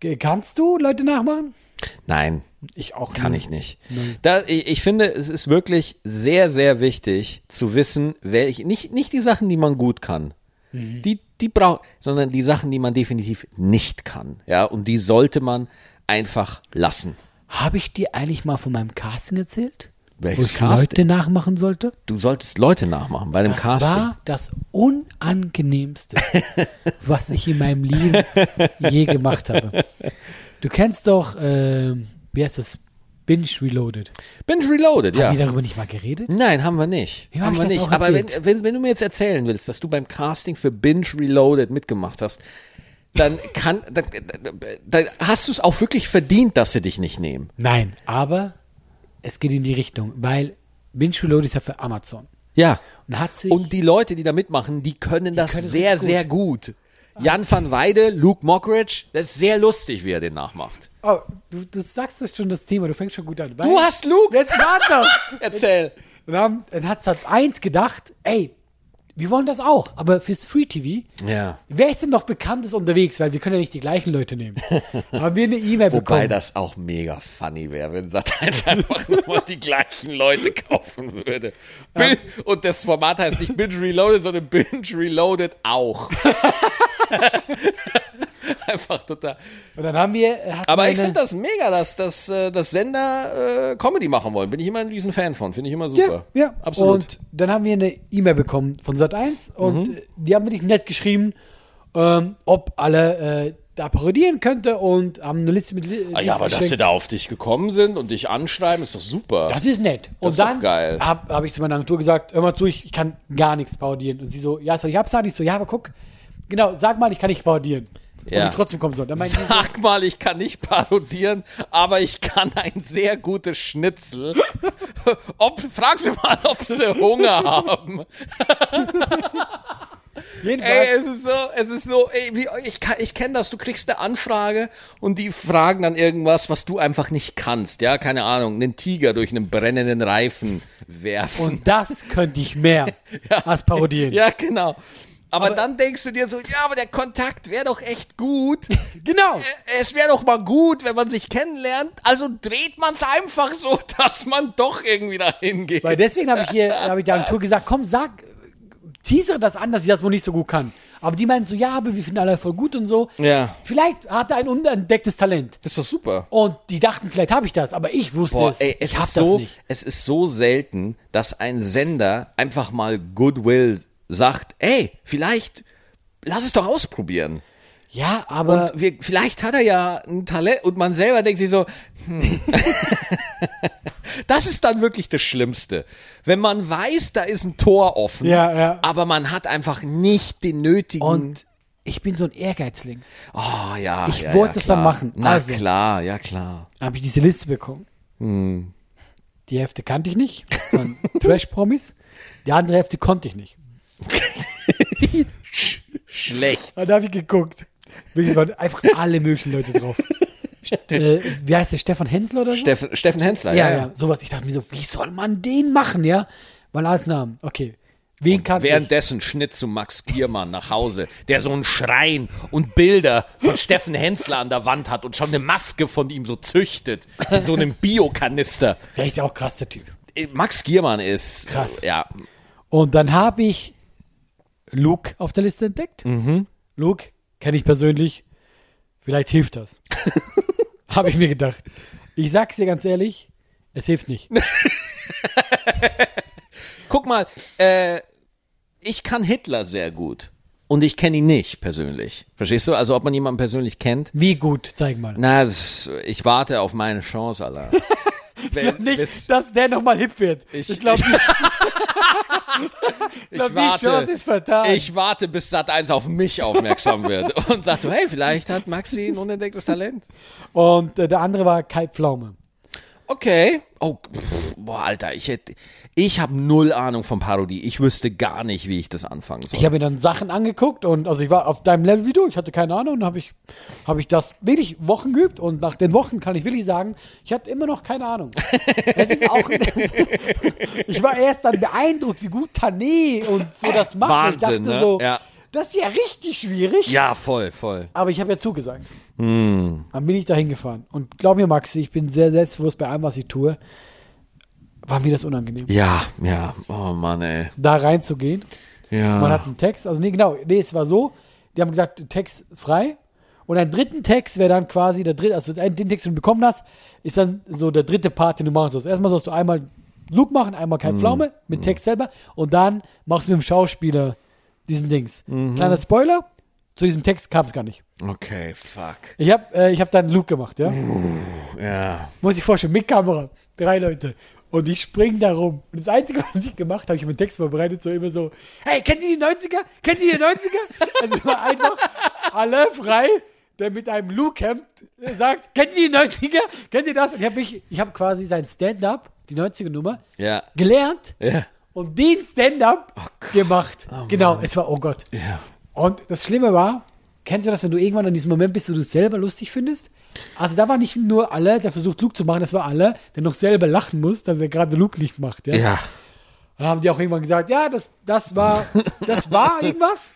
ge- kannst du Leute nachmachen? Nein, Ich auch Kann ich nicht. Da, ich, ich finde, es ist wirklich sehr, sehr wichtig zu wissen, welche, nicht, nicht die Sachen, die man gut kann. Mhm. Die, die braucht, sondern die Sachen, die man definitiv nicht kann. Ja, und die sollte man einfach lassen. Habe ich dir eigentlich mal von meinem Casting erzählt? Welches wo ich Casting? Leute nachmachen sollte? Du solltest Leute nachmachen bei dem Das Casting. war das Unangenehmste, was ich in meinem Leben je gemacht habe. Du kennst doch, ähm, wie heißt das? Binge Reloaded. Binge Reloaded, Haben ja. wir darüber nicht mal geredet? Nein, haben wir nicht. Wem hab haben ich wir das nicht. auch Aber wenn, erzählt? wenn, wenn du mir jetzt erzählen willst, dass du beim Casting für Binge Reloaded mitgemacht hast, dann kann, dann, dann, dann hast du es auch wirklich verdient, dass sie dich nicht nehmen. Nein, aber es geht in die Richtung, weil Binge Reloaded ist ja für Amazon. Ja. Und hat sich. Und die Leute, die da mitmachen, die können das können das sehr, richtig sehr gut. Jan van Weide, Luke Mockridge, das ist sehr lustig, wie er den nachmacht. oh, du, du sagst das schon das Thema, du fängst schon gut an. Du hast Luke! Jetzt warte doch! Erzähl! Und haben, dann hat eins gedacht, ey, wir wollen das auch, aber fürs Free TV. Ja. Wer ist denn noch Bekanntes unterwegs? Weil wir können ja nicht die gleichen Leute nehmen. haben wir eine E-Mail Wobei bekommen. das auch mega funny wäre, wenn Sat1 einfach nur die gleichen Leute kaufen würde. Bin Und das Format heißt nicht Binge Reloaded, sondern Binge Reloaded auch. einfach total. Und dann haben wir. äh, Hat Aber ich meine- finde das mega, dass, dass, äh, dass Sender äh, Comedy machen wollen. Bin ich immer ein riesen Fan von. Finde ich immer super. Ja, ja. absolut. Mhm. Und dann haben wir eine E-Mail bekommen von Sat1 und äh, die haben wirklich nett geschrieben, ähm, ob alle äh, da parodieren könnte und haben eine Liste mit. ah, Li ja, Listen aber dass geschickt. sie da auf dich gekommen sind und dich anschreiben, ist doch super. Das ist nett. Und ist doch dann geil. habe hab ich zu meiner Agentur gesagt, hör mal zu, ich, ich kann gar nichts parodieren. Und sie so, ja, soll ich absagen? Ich so, ja, aber guck, genau, sag mal, ich kann nicht parodieren. Ja. Und ich trotzdem kommen soll. Dann meinte sie so, Sag mal, ich kann nicht parodieren, aber ich kann ein sehr gutes Schnitzel. Ob, frag sie mal, ob sie Hunger haben. Ey, es jedenfalls, ist so, es ist so, ey, wie, ich, kann- ich kenne das, du kriegst eine Anfrage und die fragen dann irgendwas, was du einfach nicht kannst, ja, keine Ahnung, einen Tiger durch einen brennenden Reifen werfen. und das könnte ich mehr als parodieren. Ja, genau. Aber, dann denkst du dir so, ja, aber der Kontakt wäre doch echt gut. Äh, Genau. es wäre doch mal gut, wenn man sich kennenlernt. Also dreht man es einfach so, dass man doch irgendwie dahin geht. Weil deswegen habe ich hier, habe ich der Agentur gesagt, komm, sag, teasere das an, dass ich das wohl nicht so gut kann. Aber die meinten so, ja, aber wir finden alle voll gut und so. Ja. Vielleicht hat er ein unentdecktes Talent. Das ist doch super. Und die dachten, vielleicht habe ich das, aber ich wusste Boah, es. ey, es, ich habe ist so, das nicht. es ist so selten, dass ein Sender einfach mal Goodwill sagt, ey, vielleicht lass es doch ausprobieren. Ja, aber Und wir, vielleicht hat er ja ein Talent und man selber denkt sich so, hm. das ist dann wirklich das Schlimmste. Wenn man weiß, da ist ein Tor offen, Ja, ja. aber man hat einfach nicht den nötigen. und ich bin so ein Ehrgeizling. oh, ja, Ich ja, wollte ja, es dann klar. machen. Na Also. klar, ja klar. habe ich diese Liste bekommen. Mhm. Die Hälfte kannte ich nicht, sondern Trash-Promis. Die andere Hälfte konnte ich nicht. Schlecht. Und Ah, da habe ich geguckt. Wirklich, es waren einfach alle möglichen Leute drauf. St- äh, wie heißt der? Stefan Hensler oder so? Steffen, Steffen Hensler, ja, ja, sowas. Ich dachte mir so, wie soll man den machen, ja? Weil alles Namen. Okay. Wen kannte ich? Währenddessen Schnitt zu Max Giermann nach Hause, der so einen Schrein und Bilder von Steffen Hensler an der Wand hat und schon eine Maske von ihm so züchtet in so einem Biokanister. Der ist ja auch krass, der Typ. Äh, Max Giermann ist Krass. Ja, Und dann habe ich Luke auf der Liste entdeckt. Mhm. Luke kenne ich persönlich. Vielleicht hilft das. habe ich mir gedacht. Ich sag's dir ganz ehrlich, es hilft nicht. guck mal, äh, ich kann Hitler sehr gut und ich kenne ihn nicht persönlich. Verstehst du? Also ob man jemanden persönlich kennt? Wie gut, zeig mal. Na, das, ich warte auf meine Chance, Allah. Wenn- nicht, bis- dass der nochmal hip wird. Ich- Ich, glaube, ich glaub, die Chance ist vertan. Ich warte, bis Sat 1 auf mich aufmerksam wird und sagt so, hey, vielleicht hat Maxi ein unentdecktes Talent. Und äh, der andere war Kai Pflaume. Okay. Oh, pff, boah, Alter, ich hätte, ich habe null Ahnung von Parodie. Ich wüsste gar nicht, wie ich das anfangen soll. Ich habe mir dann Sachen angeguckt und also ich war auf deinem Level wie du, ich hatte keine Ahnung und habe ich, hab ich das wirklich Wochen geübt und nach den Wochen kann ich wirklich sagen, ich hatte immer noch keine Ahnung. es ist auch, ich war erst dann beeindruckt, wie gut Tané und so das macht. Und ich dachte Wahnsinn, ne? so, Ja. das ist ja richtig schwierig. ja, voll, voll. Aber ich habe ja zugesagt. Dann bin ich da hingefahren. Und glaub mir, Maxi, ich bin sehr selbstbewusst bei allem, was ich tue. War mir das unangenehm. Ja, ja. Oh Mann, ey. Da reinzugehen. Ja. Man hat einen Text. Also, nee, genau. Nee, es war so. Die haben gesagt, Text frei. Und einen dritten Text wäre dann quasi der dritte, also den Text, den du bekommen hast, ist dann so der dritte Part, den du machen sollst. Erstmal sollst du einmal Loop machen, einmal kein Pflaume mit Text selber und dann machst du mit dem Schauspieler diesen Dings. Kleiner Spoiler, zu diesem Text kam es gar nicht. okay, fuck. Ich habe äh, ich hab dann Luke gemacht, ja. Ja. Muss ich vorstellen, mit Kamera, drei Leute. Und ich spring da rum. Und das Einzige, was ich gemacht habe, ich habe meinen Text vorbereitet, so immer so, hey, kennt ihr die 90er? Kennt ihr die 90er? Also war einfach alle frei, der mit einem Luke-Hemd sagt, kennt ihr die 90er? Kennt ihr das? Und ich habe mich, ich habe quasi sein Stand-Up, die 90er-Nummer, Ja. gelernt Ja. und den Stand-Up gemacht. genau, es war, oh Gott. Ja. Und das Schlimme war, kennst du das, wenn du irgendwann an diesem Moment bist, wo du es selber lustig findest? Also da war nicht nur alle, der versucht Luke zu machen, das war alle, der noch selber lachen muss, dass er gerade Luke nicht macht. Ja? Ja. Dann haben die auch irgendwann gesagt, ja, das, das war, das war irgendwas.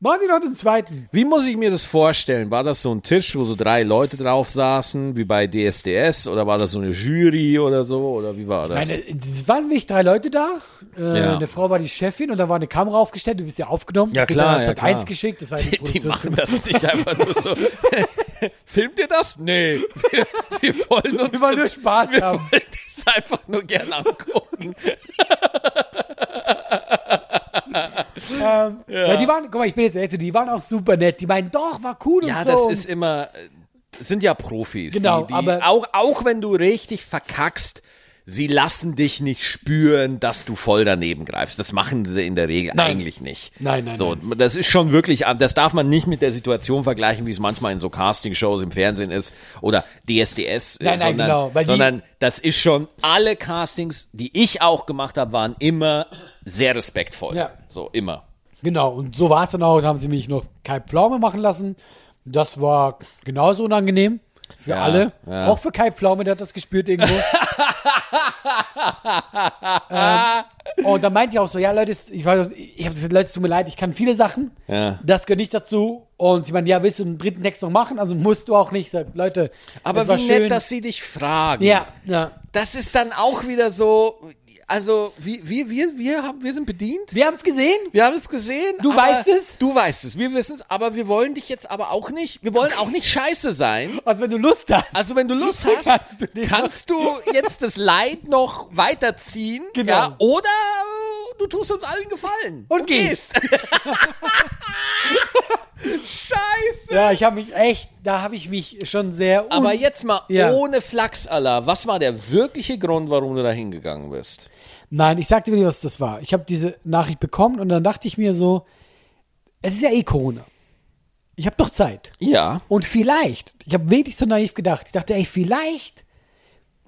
Machen Sie noch den zweiten. Wie muss ich mir das vorstellen? War das so ein Tisch, wo so drei Leute drauf saßen, wie bei DSDS? Oder war das so eine Jury oder so? Oder wie war das? Nein, es waren nicht drei Leute da. Äh, Ja. Eine Frau war die Chefin und da war eine Kamera aufgestellt, du wirst ja aufgenommen. Ja, das wird klar, dann als ja, Sat. eins klar. geschickt, das war die, Die, die Produktion. machen das nicht einfach nur so. Filmt ihr das? Nee. Wir, wir wollen uns Wir wollen nur das, Spaß wir haben. wollen das einfach nur gerne angucken. Ähm, ja. die waren, guck mal, ich bin jetzt ehrlich, so, die waren auch super nett. Die meinen, doch, war cool Ja, und so. das und ist immer, äh, es sind ja Profis. Genau, die, die aber- auch, auch wenn du richtig verkackst, sie lassen dich nicht spüren, dass du voll daneben greifst. Das machen sie in der Regel Nein. eigentlich nicht. Nein, nein, So, das ist schon wirklich, äh, das darf man nicht mit der Situation vergleichen, wie es manchmal in so Castingshows im Fernsehen ist oder DSDS, äh, Nein, nein, sondern, genau, weil die- sondern das ist schon alle Castings, die ich auch gemacht habe, waren immer sehr respektvoll. Ja. So immer. Genau, und so war es dann auch. Dann haben sie mich noch Kai Pflaume machen lassen. Das war genauso unangenehm. Für Ja, alle. ja. Auch für Kai Pflaume, der hat das gespürt irgendwo. ähm, und dann meinte ich auch so, ja Leute, es- ich weiß, ich habe Leute, es tut mir leid, ich kann viele Sachen. Ja. Das gehört nicht dazu. Und sie meinen, ja, willst du einen dritten Text noch machen? Also musst du auch nicht. Ich Sag, Leute, Aber es war wie schön. nett, dass sie dich fragen. Ja, ja. Das ist dann auch wieder so, also wir, wir, wir, wir, haben, wir sind bedient. Wir haben es gesehen. Wir haben es gesehen. Du aber- weißt es? Du weißt es. Wir wissen es, aber wir wollen dich jetzt aber auch nicht, wir wollen auch nicht scheiße sein. Also wenn du Lust hast. Also wenn du Lust hast, Kannst kannst du du, den- jetzt das Leid noch weiterziehen. Genau. Ja, Oh, oder äh, du tust uns allen Gefallen. Und gehst. Scheiße. ja, ich habe mich echt, da habe ich mich schon sehr. un- Aber jetzt mal Ja. ohne Flachs, Allah. Was war der wirkliche Grund, warum du da hingegangen bist? Nein, ich sagte mir nicht, was das war. Ich habe diese Nachricht bekommen und dann dachte ich mir so, es ist ja eh Corona. Ich habe doch Zeit. Ja. Und vielleicht, ich habe wirklich so naiv gedacht, ich dachte, ey, vielleicht,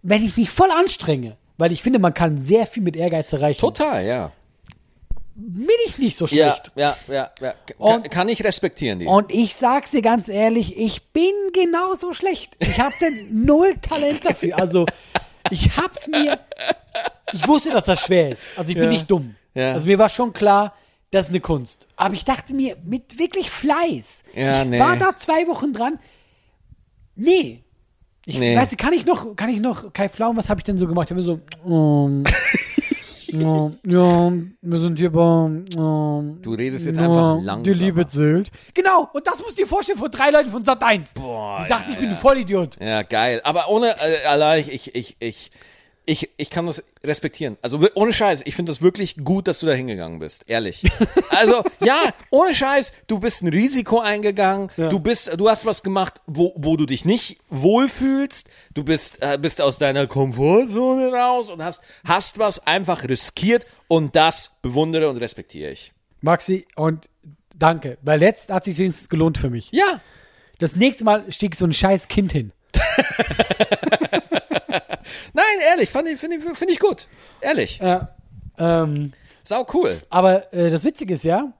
wenn ich mich voll anstrenge, weil ich finde, man kann sehr viel mit Ehrgeiz erreichen, Total, ja. bin ich nicht so Ja, schlecht. ja, ja. ja. Ka- Und- kann ich respektieren, die. Und ich sag's dir ganz ehrlich, ich bin genauso schlecht. Ich habe denn null Talent dafür. Also, ich hab's mir. Ich wusste, dass das schwer ist. Also, ich bin Ja. nicht dumm. Ja. Also, mir war schon klar, das ist eine Kunst. Aber ich dachte mir, mit wirklich Fleiß. Ja, ich nee. war da zwei Wochen dran. Nee. Ich Nee. weiß, nicht, kann ich noch, kann ich noch, Kai Pflaum, was habe ich denn so gemacht? Ich habe so, ähm, ja, ja, wir sind hier bei, ähm, Du redest jetzt ja, einfach langsamer. Die Liebe zählt. Genau, und das musst du dir vorstellen vor drei Leuten von Sat 1. Boah, die dachten, ja, ich bin ja. ein Vollidiot. Ja, geil. Aber ohne, äh, Allah, ich, ich, ich, ich, ich, ich kann das respektieren. Also wi- ohne Scheiß, ich finde das wirklich gut, dass du da hingegangen bist. Ehrlich. Also, ja, ohne Scheiß, du bist ein Risiko eingegangen. Ja. Du bist, du hast was gemacht, wo, wo du dich nicht wohlfühlst. Du bist, äh, bist aus deiner Komfortzone raus und hast, hast was einfach riskiert und das bewundere und respektiere ich. Maxi, und danke, weil letzt hat sich wenigstens gelohnt für mich. Ja. Das nächste Mal stieg so ein scheiß Kind hin. Nein, ehrlich, fand ich- finde ich, finde ich gut. Ehrlich. Äh, ähm, Sau cool. aber äh, das Witzige ist ja,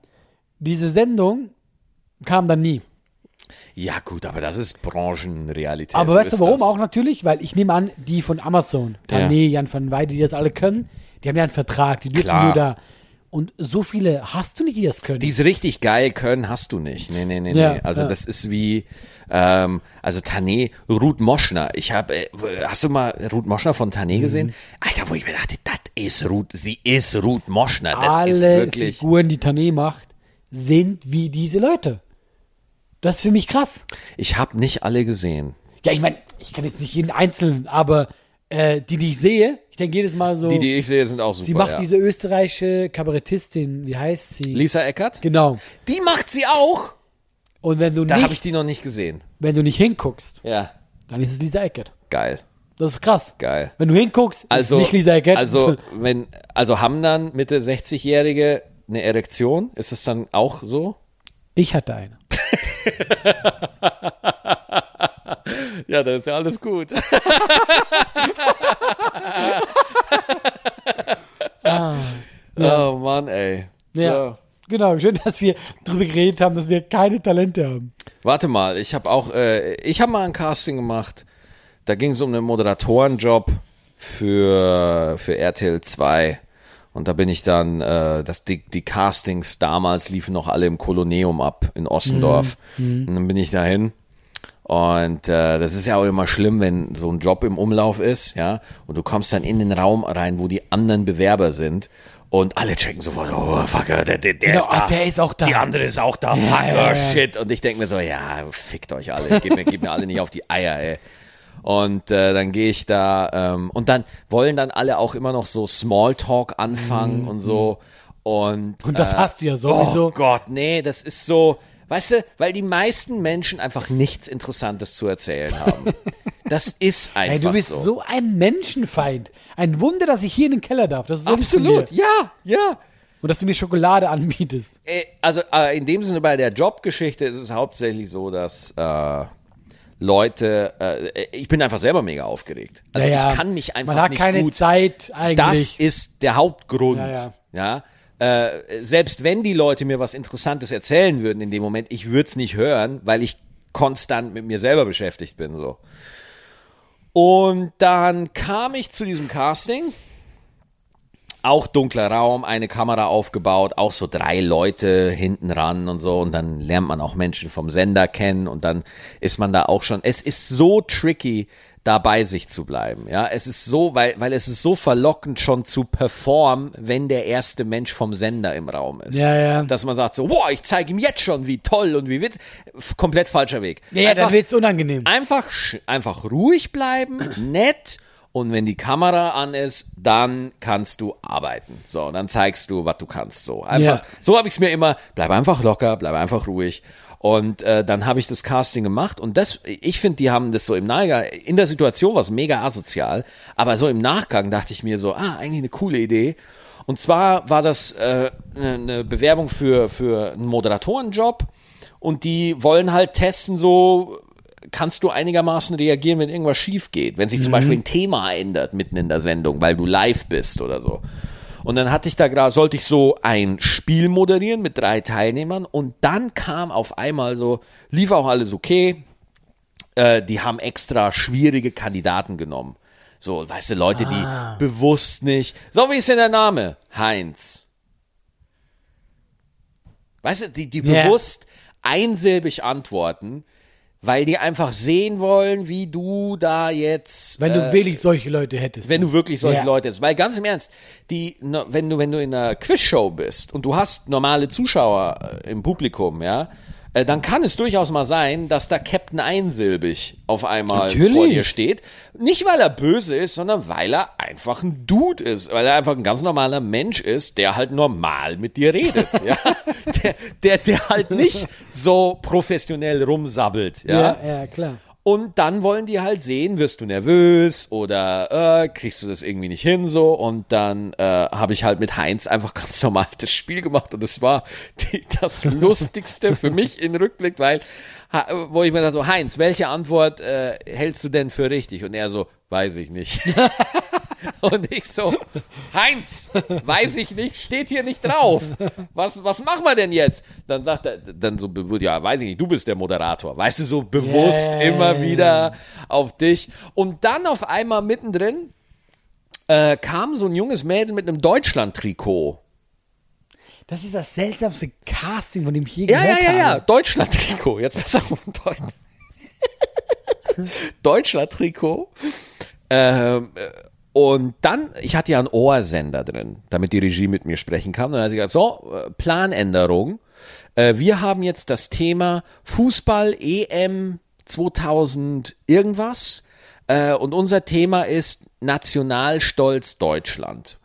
diese Sendung kam dann nie. Ja, gut, aber das ist Branchenrealität. Aber So weißt du ist warum das. auch natürlich? Weil ich nehme an, die von Amazon, Tané, Jan van Weide, die das alle können, die haben ja einen Vertrag, die dürfen Klar. nur da. Und so viele hast du nicht, die das können. Die es richtig geil können, hast du nicht. Nee, nee, nee, Ja, nee. Also ja. das ist wie, ähm, also Tané, Ruth Moschner. Ich habe, äh, hast du mal Ruth Moschner von Mhm. Tané gesehen? Alter, wo ich mir dachte, das ist Ruth, sie ist Ruth Moschner. Das alle ist wirklich. Figuren, die Tané macht, sind wie diese Leute. Das ist für mich krass. Ich habe nicht alle gesehen. Ja, ich meine, ich kann jetzt nicht jeden einzelnen, aber äh, die, die ich sehe, ich denke jedes Mal so, Die, die ich sehe, sind auch super. sie macht ja. diese österreichische Kabarettistin, wie heißt sie? Lisa Eckert? genau. Die macht sie auch. Und wenn du, Da habe ich nicht, die noch nicht gesehen. wenn du nicht hinguckst, Ja, dann ist es Lisa Eckert. geil. Das ist krass. Geil. Wenn du hinguckst, Also, ist nicht Lisa Eckert. also wenn, also haben dann Mitte 60-Jährige eine Erektion? Ist es dann auch so? ich hatte eine. Ja, dann ist ja alles gut. Oh Mann, ey. Ah, Ja. So. Genau, schön, dass wir drüber geredet haben, dass wir keine Talente haben. Warte mal, ich habe auch, äh, ich habe mal ein Casting gemacht. Da ging es um einen Moderatorenjob für, für RTL 2. Und da bin ich dann, äh, das, die, die Castings damals liefen noch alle im Koloneum ab in Ossendorf. Mhm. Und dann bin ich dahin. Und äh, das ist ja auch immer schlimm, wenn so ein Job im Umlauf ist, ja, und du kommst dann in den Raum rein, wo die anderen Bewerber sind und alle checken sofort, oh, fuck, der, der, der ist da. ah, der ist auch da. Die andere ist auch da, fuck, ja, oh, ja. shit. Und ich denke mir so, ja, fickt euch alle, gebt mir, gebt mir alle nicht auf die Eier, ey. Und äh, dann gehe ich da ähm, und dann wollen dann alle auch immer noch so Smalltalk anfangen Mhm. und so. Und, Und das äh, hast du ja sowieso. Oh Gott, nee, das ist so, weißt du, weil die meisten Menschen einfach nichts Interessantes zu erzählen haben. das ist einfach Ey, du bist so. so. ein Menschenfeind. Ein Wunder, dass ich hier in den Keller darf. Das ist so lieb von Absolut, Dir. ja, ja. Und dass du mir Schokolade anbietest. Äh, also äh, in dem Sinne bei der Jobgeschichte ist es hauptsächlich so, dass äh, Leute, äh, ich bin einfach selber mega aufgeregt. Also Naja, ich kann mich einfach Man hat nicht keine gut. Zeit eigentlich. Das ist der Hauptgrund. Ja, Ja. Äh, selbst wenn die Leute mir was Interessantes erzählen würden in dem Moment, ich würde es nicht hören, weil ich konstant mit mir selber beschäftigt bin. So. Und dann kam ich zu diesem Casting. Auch dunkler Raum, eine Kamera aufgebaut, auch so drei Leute hinten ran und so. Und dann lernt man auch Menschen vom Sender kennen und dann ist man da auch schon. Es ist so tricky, da bei sich zu bleiben. Ja, es ist so, weil, weil es ist so verlockend schon zu performen, wenn der erste Mensch vom Sender im Raum ist. Ja, ja. Dass man sagt so, wow, ich zeige ihm jetzt schon, wie toll und wie witz. F- Komplett falscher Weg. Ja, ja dann Einfach- wird's unangenehm. Einfach, sch- einfach ruhig bleiben, nett. Und wenn die Kamera an ist, dann kannst du arbeiten. So, dann zeigst du, was du kannst. So einfach. Ja. So habe ich es mir immer. Bleib einfach locker, bleib einfach ruhig. Und äh, dann habe ich das Casting gemacht. Und das, ich finde, die haben das so im Nachgang, in der Situation war es mega asozial, aber so im Nachgang dachte ich mir so, ah, eigentlich eine coole Idee. Und zwar war das äh, eine eine Bewerbung für, für einen Moderatorenjob. Und die wollen halt testen, so kannst du einigermaßen reagieren, wenn irgendwas schief geht. Wenn sich zum Beispiel ein Thema ändert mitten in der Sendung, weil du live bist oder so. Und dann hatte ich da gerade, sollte ich so ein Spiel moderieren mit drei Teilnehmern und dann kam auf einmal so, lief auch alles okay, äh, die haben extra schwierige Kandidaten genommen. So, weißt du, Leute, Ah. die bewusst nicht, so wie ist denn der Name? Heinz. Weißt du, die, die Ja. bewusst einsilbig antworten, weil die einfach sehen wollen, wie du da jetzt Wenn du wirklich solche Leute hättest. Äh, wenn du wirklich solche Ja. Leute hast. Weil ganz im Ernst, die, ne, wenn du, wenn du in einer Quizshow bist und du hast normale Zuschauer äh, im Publikum, ja, äh, dann kann es durchaus mal sein, dass da Captain Einsilbig auf einmal vor Natürlich. dir steht. Nicht, weil er böse ist, sondern weil er einfach ein Dude ist, weil er einfach ein ganz normaler Mensch ist, der halt normal mit dir redet. ja? der, der, der halt nicht so professionell rumsabbelt. ja, ja, klar. Und dann wollen die halt sehen, wirst du nervös oder äh, kriegst du das irgendwie nicht hin so. Und dann äh, habe ich halt mit Heinz einfach ganz normal das Spiel gemacht und es war die, das Lustigste für mich in Rückblick, weil ha, wo ich mir da so Heinz, welche Antwort äh, hältst du denn für richtig? Und er so, weiß ich nicht. Und ich so, Heinz, weiß ich nicht, steht hier nicht drauf. Was, was machen wir denn jetzt? Dann sagt er, dann so, bewusst, ja, weiß ich nicht, du bist der Moderator. Weißt du, so bewusst Yeah. immer wieder auf dich. Und dann auf einmal mittendrin äh, kam so ein junges Mädel mit einem Deutschland-Trikot. Das ist das seltsamste Casting, von dem ich je Ja, ja, gehört ja, ja, habe. Deutschland-Trikot. Jetzt pass auf, Deutsch. Deutschland-Trikot. Ähm, äh, und dann, ich hatte ja einen Ohrsender drin, damit die Regie mit mir sprechen kann. Und dann hat sie gesagt, so, äh, Planänderung. Äh, wir haben jetzt das Thema Fußball EM 2000 irgendwas. Äh, und unser Thema ist Nationalstolz Deutschland.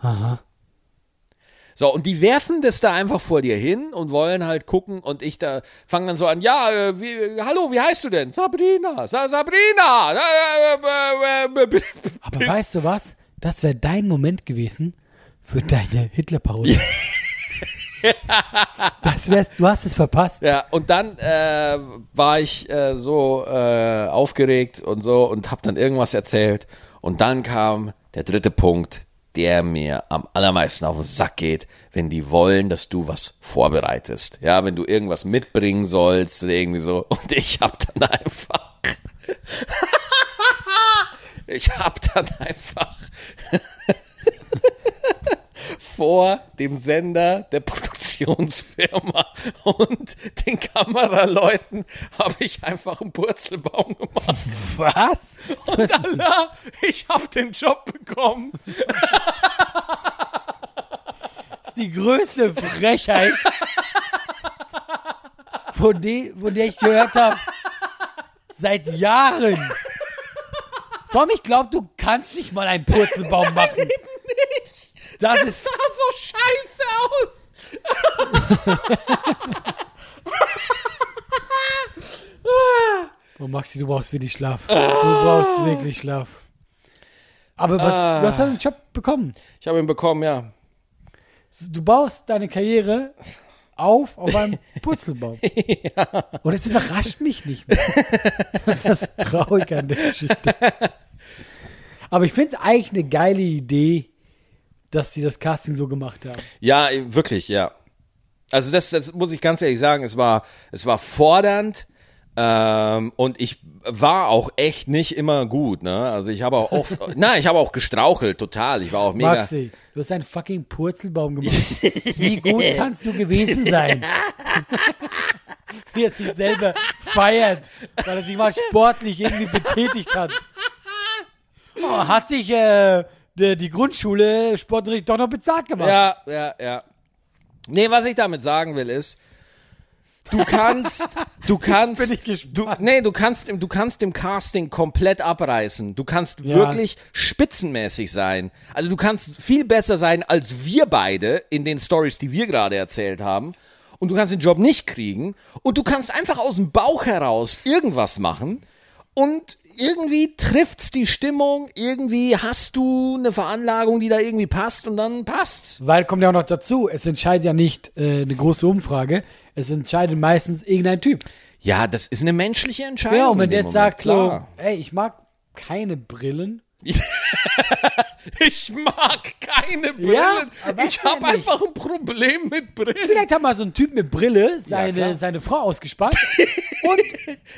So, und die werfen das da einfach vor dir hin und wollen halt gucken und ich da fange dann so an, ja, äh, wie, äh, hallo, wie heißt du denn? Sabrina, Sa Sabrina. Äh, äh, äh, äh, äh, Aber bis- weißt du was? Das wäre dein Moment gewesen für deine Hitler-Parodie. das wär's, du hast es verpasst. Ja, und dann äh, war ich äh, so äh, aufgeregt und so und hab dann irgendwas erzählt. Und dann kam der dritte Punkt, der mir am allermeisten auf den Sack geht, wenn die wollen, dass du was vorbereitest. Ja, wenn du irgendwas mitbringen sollst oder irgendwie so. Und ich hab dann einfach. ich hab dann einfach vor dem Sender der Produktionsfirma und den Kameraleuten habe ich einfach einen Purzelbaum gemacht. Was? Und Allah, ich habe den Job bekommen. Das ist die größte Frechheit, von, de, von der ich gehört habe. Seit Jahren. Vor allem, ich glaube, du kannst nicht mal einen Purzelbaum machen. Das ist sah so scheiße aus. Oh, Maxi, du brauchst wirklich Schlaf. Du brauchst wirklich Schlaf. Aber was, du hast halt einen Job bekommen. Ich habe ihn bekommen, ja. Du baust deine Karriere auf auf einem Purzelbaum. Und es überrascht mich nicht mehr. Das ist das Traurige an der Geschichte. Aber ich finde es eigentlich eine geile Idee, dass sie das Casting so gemacht haben. Ja, wirklich, ja. Also das, das muss ich ganz ehrlich sagen, es war, es war fordernd, Ähm, und ich war auch echt nicht immer gut, ne? Also ich habe auch oft, nein, ich habe auch gestrauchelt, total. Ich war auch mega. Maxi, du hast einen fucking Purzelbaum gemacht. Wie gut kannst du gewesen sein? Wie er sich selber feiert, weil er sich mal sportlich irgendwie betätigt hat. Oh, hat sich äh, die, die Grundschule Sportunterricht doch noch bezahlt gemacht. Ja, ja, ja. Nee, was ich damit sagen will ist, du kannst, du kannst, bin ich gespannt. Du, ne. nee, du kannst, im- du kannst im Casting komplett abreißen. Du kannst Ja. wirklich spitzenmäßig sein. Also du kannst viel besser sein als wir beide in den Stories, die wir gerade erzählt haben. Und du kannst den Job nicht kriegen. Und du kannst einfach aus dem Bauch heraus irgendwas machen. Und irgendwie trifft's die Stimmung, irgendwie hast du eine Veranlagung, die da irgendwie passt und dann passt's. Weil kommt ja auch noch dazu, es entscheidet ja nicht äh, eine große Umfrage, es entscheidet meistens irgendein Typ. Ja, das ist eine menschliche Entscheidung. Ja, und wenn in der dem jetzt Moment, sagt so, klar. ey, ich mag keine Brillen. ich mag keine Brillen. Ja, aber ich weiß ja habe nicht. einfach ein Problem mit Brillen. Vielleicht hat mal so ein Typ mit Brille seine, klar. seine Frau ausgespannt und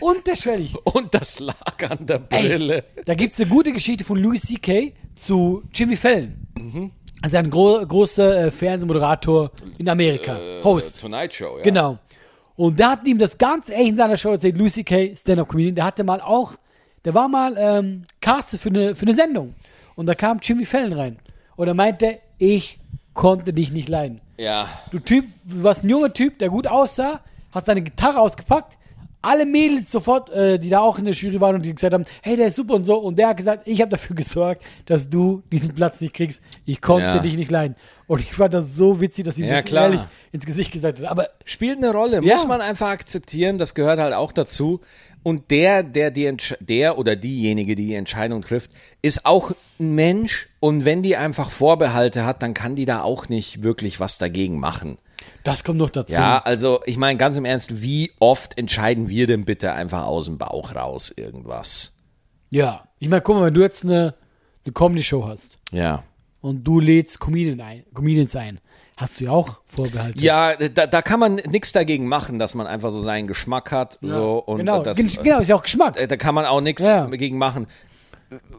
unterschwellig. Und das lag an der Ey, Brille. Da gibt es eine gute Geschichte von Louis C.K. zu Jimmy Fallon. Also ein gro großer äh, Fernsehmoderator in Amerika. Host. Tonight Show, ja. Genau. Und da hat ihm das ganz ehrlich in seiner Show erzählt, Lucy Kay, Stand-Up-Comedian, der hatte mal auch, der war mal ähm, castet für eine, für eine Sendung. Und da kam Jimmy Fallon rein. Und er meinte, ich konnte dich nicht leiden. Ja. Du Typ, du warst ein junger Typ, der gut aussah, hast deine Gitarre ausgepackt, alle Mädels sofort, äh, die da auch in der Jury waren und die gesagt haben, hey, der ist super und so. Und der hat gesagt, ich habe dafür gesorgt, dass du diesen Platz nicht kriegst. Ich konnte Ja. dich nicht leiden. Und ich fand das so witzig, dass ihm Ja, das klar. ehrlich ins Gesicht gesagt hat. Aber Spielt eine Rolle, Ja. muss man einfach akzeptieren, das gehört halt auch dazu. Und der, der, die Entsch der oder diejenige, die die Entscheidung trifft, ist auch ein Mensch. Und wenn die einfach Vorbehalte hat, dann kann die da auch nicht wirklich was dagegen machen. Das kommt noch dazu. Ja, also ich meine ganz im Ernst, wie oft entscheiden wir denn bitte einfach aus dem Bauch raus irgendwas? Ja. Ich meine, guck mal, wenn du jetzt eine, eine Comedy-Show hast Ja. und du lädst Comedian ein, Comedians ein, hast du ja auch Vorbehalte. Ja, da, da kann man nichts dagegen machen, dass man einfach so seinen Geschmack hat. So, und genau, das, gen- genau, ist ja auch Geschmack. äh, da kann man auch nichts Ja. gegen machen.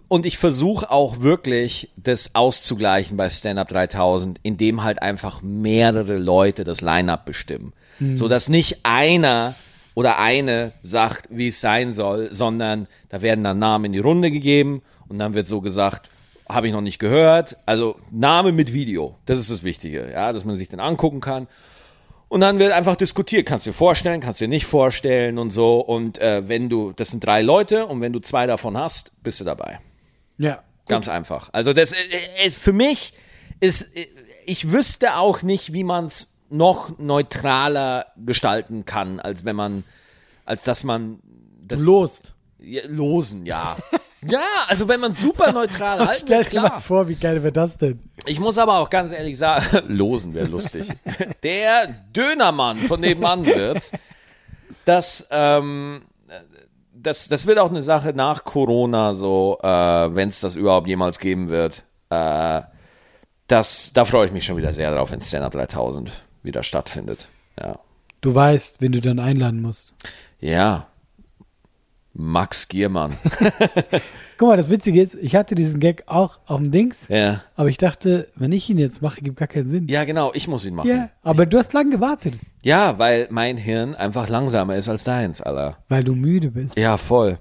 Und ich versuche auch wirklich, das auszugleichen bei Stand Up 3000, indem halt einfach mehrere Leute das Line-Up bestimmen. Hm. Sodass nicht einer oder eine sagt, wie es sein soll, sondern da werden dann Namen in die Runde gegeben und dann wird so gesagt, habe ich noch nicht gehört. Also Name mit Video, das ist das Wichtige, ja, dass man sich den angucken kann. Und dann wird einfach diskutiert. Kannst dir vorstellen, kannst dir nicht vorstellen und so. Und äh, wenn du, das sind drei Leute und wenn du zwei davon hast, bist du dabei. ja. Ganz einfach. Also das äh, äh, für mich ist, äh, ich wüsste auch nicht, wie man es noch neutraler gestalten kann, als wenn man, als dass man das Lost. Ja, losen, ja. ja, also wenn man super neutral halten, will, Stell dir mal klar. vor, wie geil wäre das denn? Ich muss aber auch ganz ehrlich sagen, losen wäre lustig. Der Dönermann von nebenan wird, das, ähm, das, das wird auch eine Sache nach Corona so, äh, wenn es das überhaupt jemals geben wird. Äh, das, da freue ich mich schon wieder sehr drauf, wenn Stand-Up 3000 wieder stattfindet. Ja. Du weißt, wenn du dann einladen musst. ja. Max Giermann. Guck mal, das Witzige ist, ich hatte diesen Gag auch auf dem Dings, ja. aber ich dachte, wenn ich ihn jetzt mache, gibt gar keinen Sinn. ja, genau, ich muss ihn machen. Ja, aber du hast lange gewartet, Ja, weil mein Hirn einfach langsamer ist als deins, Alter. weil du müde bist. Ja, voll.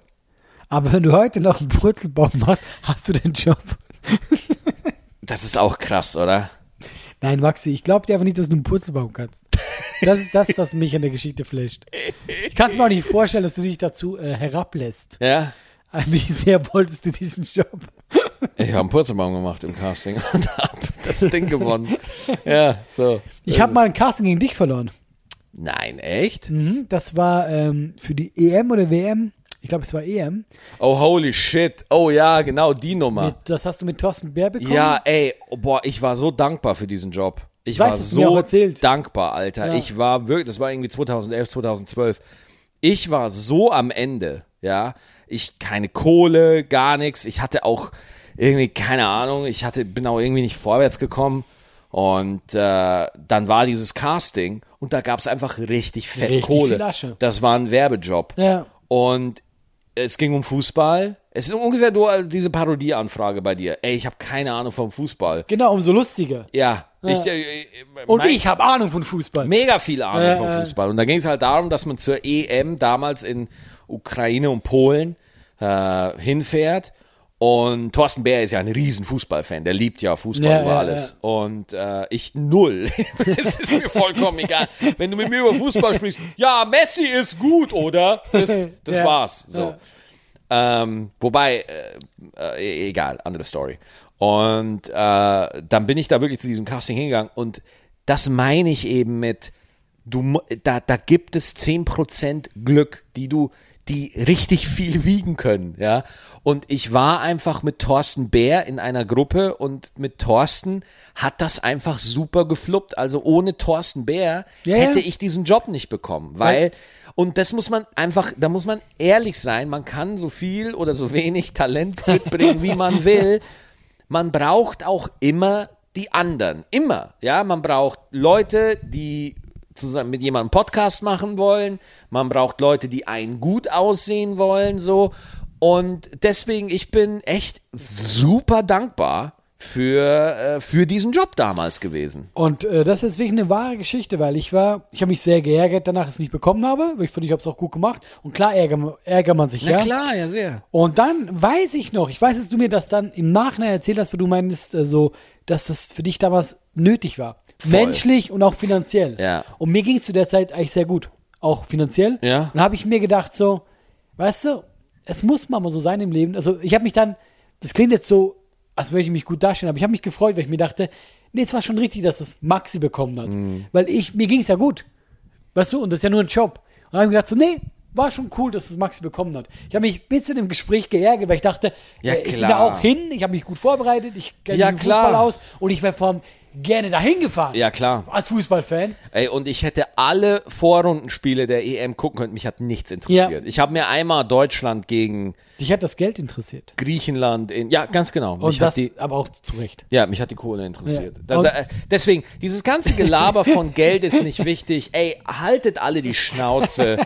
Aber wenn du heute noch einen Brützelbaum machst, hast du den Job. Das ist auch krass, oder? Nein, Maxi, ich glaube dir einfach nicht, dass du einen Purzelbaum kannst. Das ist das, was mich an der Geschichte flasht. Ich kann es mir auch nicht vorstellen, dass du dich dazu äh, herablässt. Ja. Wie sehr wolltest du diesen Job? Ich habe einen Purzelbaum gemacht im Casting und habe das Ding gewonnen. Ja, so. Ich Äh. habe mal ein Casting gegen dich verloren. Nein, echt? Mhm, das war ähm, für die EM oder WM. Ich glaube, es war E EM. Oh, holy shit. Oh ja, genau die Nummer. Mit, das hast du mit Thorsten Bär bekommen. Ja, ey, oh, boah, ich war so dankbar für diesen Job. Ich Weiß, war hast du mir auch so erzählt. dankbar, Alter. Ja. Ich war wirklich, das war irgendwie 2011, 2012. Ich war so am Ende, ja. Ich keine Kohle, gar nichts. Ich hatte auch irgendwie keine Ahnung. Ich hatte bin auch irgendwie nicht vorwärts gekommen. Und äh, dann war dieses Casting Und da gab es einfach richtig fett Richtig Kohle. viel Asche. Das war ein Werbejob. Ja. Und es ging um Fußball. Es ist ungefähr nur diese Parodieanfrage bei dir. Ey, ich habe keine Ahnung vom Fußball. Genau, umso lustiger. Ja. Ich, Ja. äh, äh, Und mein- ich habe Ahnung von Fußball. mega viel Ahnung Ja, vom ja. Fußball. Und da ging es halt darum, dass man zur EM damals in Ukraine und Polen äh, hinfährt. Und Thorsten Bär ist ja ein riesen Fußballfan, der liebt ja Fußball Ja, über ja, alles. Und äh, ich null. Es ist mir vollkommen egal. Wenn du mit mir über Fußball sprichst, ja, Messi ist gut, oder? Das, das Ja, war's. So. Ähm, wobei, äh, äh, egal, andere Story. Und äh, dann bin ich da wirklich zu diesem Casting hingegangen und das meine ich eben mit, du, mu- da, da gibt es 10% Glück, die du, die richtig viel wiegen können, ja. Und ich war einfach mit Thorsten Bär in einer Gruppe und mit Thorsten hat das einfach super gefluppt. Also ohne Thorsten Bär Ja, ja. hätte ich diesen Job nicht bekommen, weil und das muss man einfach, da muss man ehrlich sein, man kann so viel oder so wenig Talent mitbringen, wie man will. Man braucht auch immer die anderen, immer, ja, man braucht Leute, die zusammen mit jemandem einen Podcast machen wollen, man braucht Leute, die einen gut aussehen wollen so und deswegen ich bin echt super dankbar für äh, für diesen Job damals gewesen. Und äh, das ist wirklich eine wahre Geschichte, weil ich war, ich habe mich sehr geärgert, danach es nicht bekommen habe. weil Ich finde, ich habe es auch gut gemacht. Und klar ärger, ärgert man sich, ja. klar, ja sehr. Und dann weiß ich noch, ich weiß, dass du mir das dann im Nachhinein erzählt hast, wo du meintest, äh, so, dass das für dich damals nötig war. Voll. Menschlich und auch finanziell. Ja. Und mir ging es zu der Zeit eigentlich sehr gut. Auch finanziell. Ja. Und da habe ich mir gedacht, so, weißt du, es muss mal so sein im Leben. Also ich habe mich dann, das klingt jetzt so, als würde ich mich gut darstellen, aber ich habe mich gefreut, weil ich mir dachte, nee, es war schon richtig, dass das Maxi bekommen hat. Mhm. Weil ich, mir ging es ja gut. Weißt du, und das ist ja nur ein Job. Und dann habe ich mir gedacht, so, nee, war schon cool, dass das Maxi bekommen hat. Ich habe mich ein bisschen im Gespräch geärgert, weil ich dachte, Ja, äh, ich bin klar. da auch hin, ich habe mich gut vorbereitet, ich kenne Ja, mich im klar. Fußball aus und ich wäre vom gerne dahin gefahren. Ja, klar. Als Fußballfan. Ey, und ich hätte alle Vorrundenspiele der EM gucken können. Mich hat nichts interessiert. Ja. Ich habe mir einmal Deutschland gegen Dich hat das Geld interessiert. Griechenland in. Ja, ganz genau. Mich Und das hat die, aber auch zu Recht. ja, mich hat die Kohle interessiert. Ja. Das, Und- äh, deswegen, dieses ganze Gelaber von Geld ist nicht wichtig. Ey, haltet alle die Schnauze.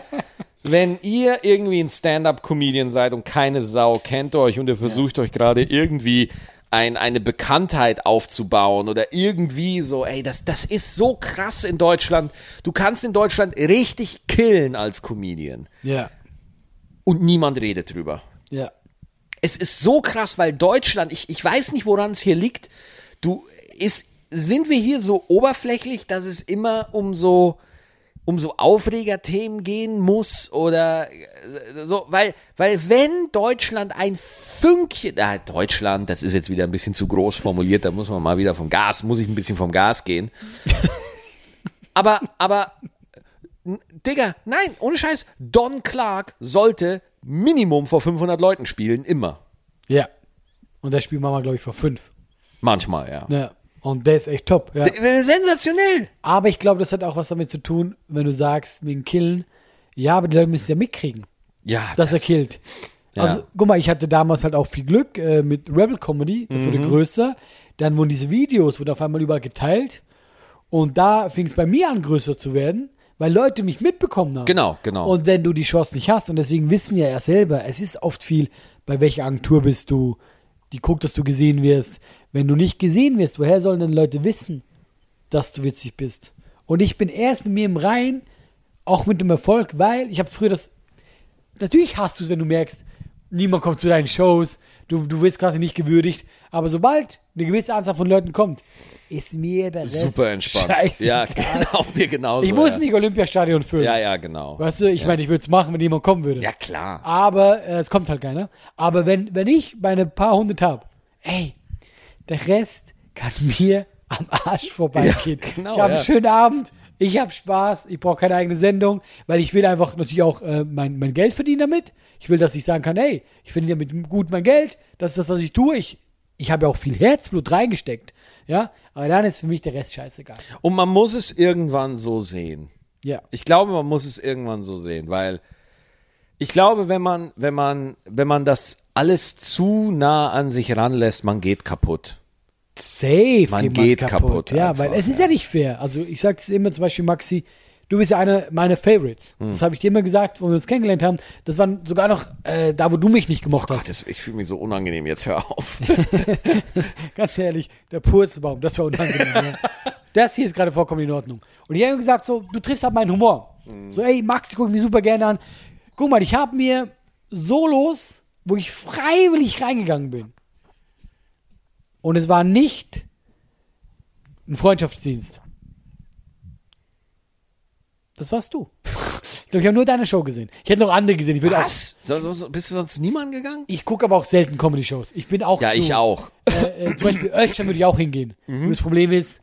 Wenn ihr irgendwie ein Stand-up-Comedian seid und keine Sau kennt euch und ihr versucht euch gerade irgendwie ein, eine Bekanntheit aufzubauen oder irgendwie so, ey, das, das ist so krass in Deutschland. Du kannst in Deutschland richtig killen als Comedian Ja. und niemand redet drüber. Ja. Es ist so krass, weil Deutschland, ich, ich weiß nicht, woran es hier liegt. Du, ist, sind wir hier so oberflächlich, dass es immer um so, um so Aufregerthemen gehen muss oder äh, so, weil, weil wenn Deutschland ein Fünkchen, ah, Deutschland, das ist jetzt wieder ein bisschen zu groß formuliert, da muss man mal wieder vom Gas, muss ich ein bisschen vom Gas gehen. aber, aber Digga, nein, ohne Scheiß. Don Clark sollte Minimum vor 500 Leuten spielen, immer. Ja. Und das Spiel machen wir, glaube ich, vor fünf. Manchmal, ja. Ja. Und der ist echt top. Ja. D- Sensationell. Aber ich glaube, das hat auch was damit zu tun, wenn du sagst, wegen Killen. Ja, aber die Leute müssen es ja mitkriegen, Ja, dass er killt. Ah, Ja. Also, guck mal, ich hatte damals halt auch viel Glück äh, mit Rebel Comedy. Das Mhm. wurde größer. Dann wurden diese Videos, wurden auf einmal überall geteilt. Und da fing es bei mir an, größer zu werden, weil Leute mich mitbekommen haben. Genau, genau. Und wenn du die Chance nicht hast, und deswegen wissen wir ja selber, es ist oft viel, bei welcher Agentur bist du, die guckt, dass du gesehen wirst. Wenn du nicht gesehen wirst, woher sollen denn Leute wissen, dass du witzig bist? Und ich bin erst mit mir im Rein, auch mit dem Erfolg, weil ich habe früher das. Natürlich hast du es, wenn du merkst, niemand kommt zu deinen Shows, du, du wirst quasi nicht gewürdigt, aber sobald eine gewisse Anzahl von Leuten kommt, ist mir der Rest Super entspannt. Scheiße. Ja, genau, mir genauso. ich muss ja. nicht Olympiastadion füllen. Ja, ja, genau. Weißt du, ich meine, ich würde es machen, wenn jemand kommen würde. Ja, klar. Aber äh, es kommt halt keiner. Aber wenn, wenn ich meine paar hundert habe, ey, der Rest kann mir am Arsch vorbeigehen. Ja, genau, ich habe ja. einen schönen Abend, ich habe Spaß, ich brauche keine eigene Sendung, weil ich will einfach natürlich auch äh, mein, mein Geld verdienen damit. Ich will, dass ich sagen kann, hey, ich verdiene damit gut mein Geld, das ist das, was ich tue. Ich, ich habe ja auch viel Herzblut reingesteckt. Ja, aber dann ist für mich der Rest scheißegal. Und man muss es irgendwann so sehen. Ja. Ich glaube, man muss es irgendwann so sehen, weil ich glaube, wenn man, wenn man, wenn man das alles zu nah an sich ranlässt, man geht kaputt. Safe Man man geht geht kaputt. kaputt ja, einfach, weil es ist ja. nicht fair. Also ich sage es immer zum Beispiel Maxi, du bist ja eine meiner Favorites. Das habe ich dir immer gesagt, wo wir uns kennengelernt haben. Das waren sogar noch äh, da, wo du mich nicht gemocht hast. Gott, das, ich fühle mich so unangenehm, jetzt hör auf. Ganz ehrlich, der Purzelbaum, das war unangenehm. ja. Das hier ist gerade vollkommen in Ordnung. Und ich habe ihm gesagt, so, du triffst halt meinen Humor. Mhm. So, ey, Max, guck mich super gerne an. Guck mal, ich habe mir Solos, wo ich freiwillig reingegangen bin. Und es war nicht ein Freundschaftsdienst. Das warst du. Ich glaube, ich habe nur deine Show gesehen. Ich hätte noch andere gesehen. Ich, würde auch, So, so, so, bist du sonst zu niemandem gegangen? ich gucke aber auch selten Comedy-Shows. Ich bin auch Ja, zu- ich auch. äh, äh, zum Beispiel Östern würde ich auch hingehen. Und das Problem ist,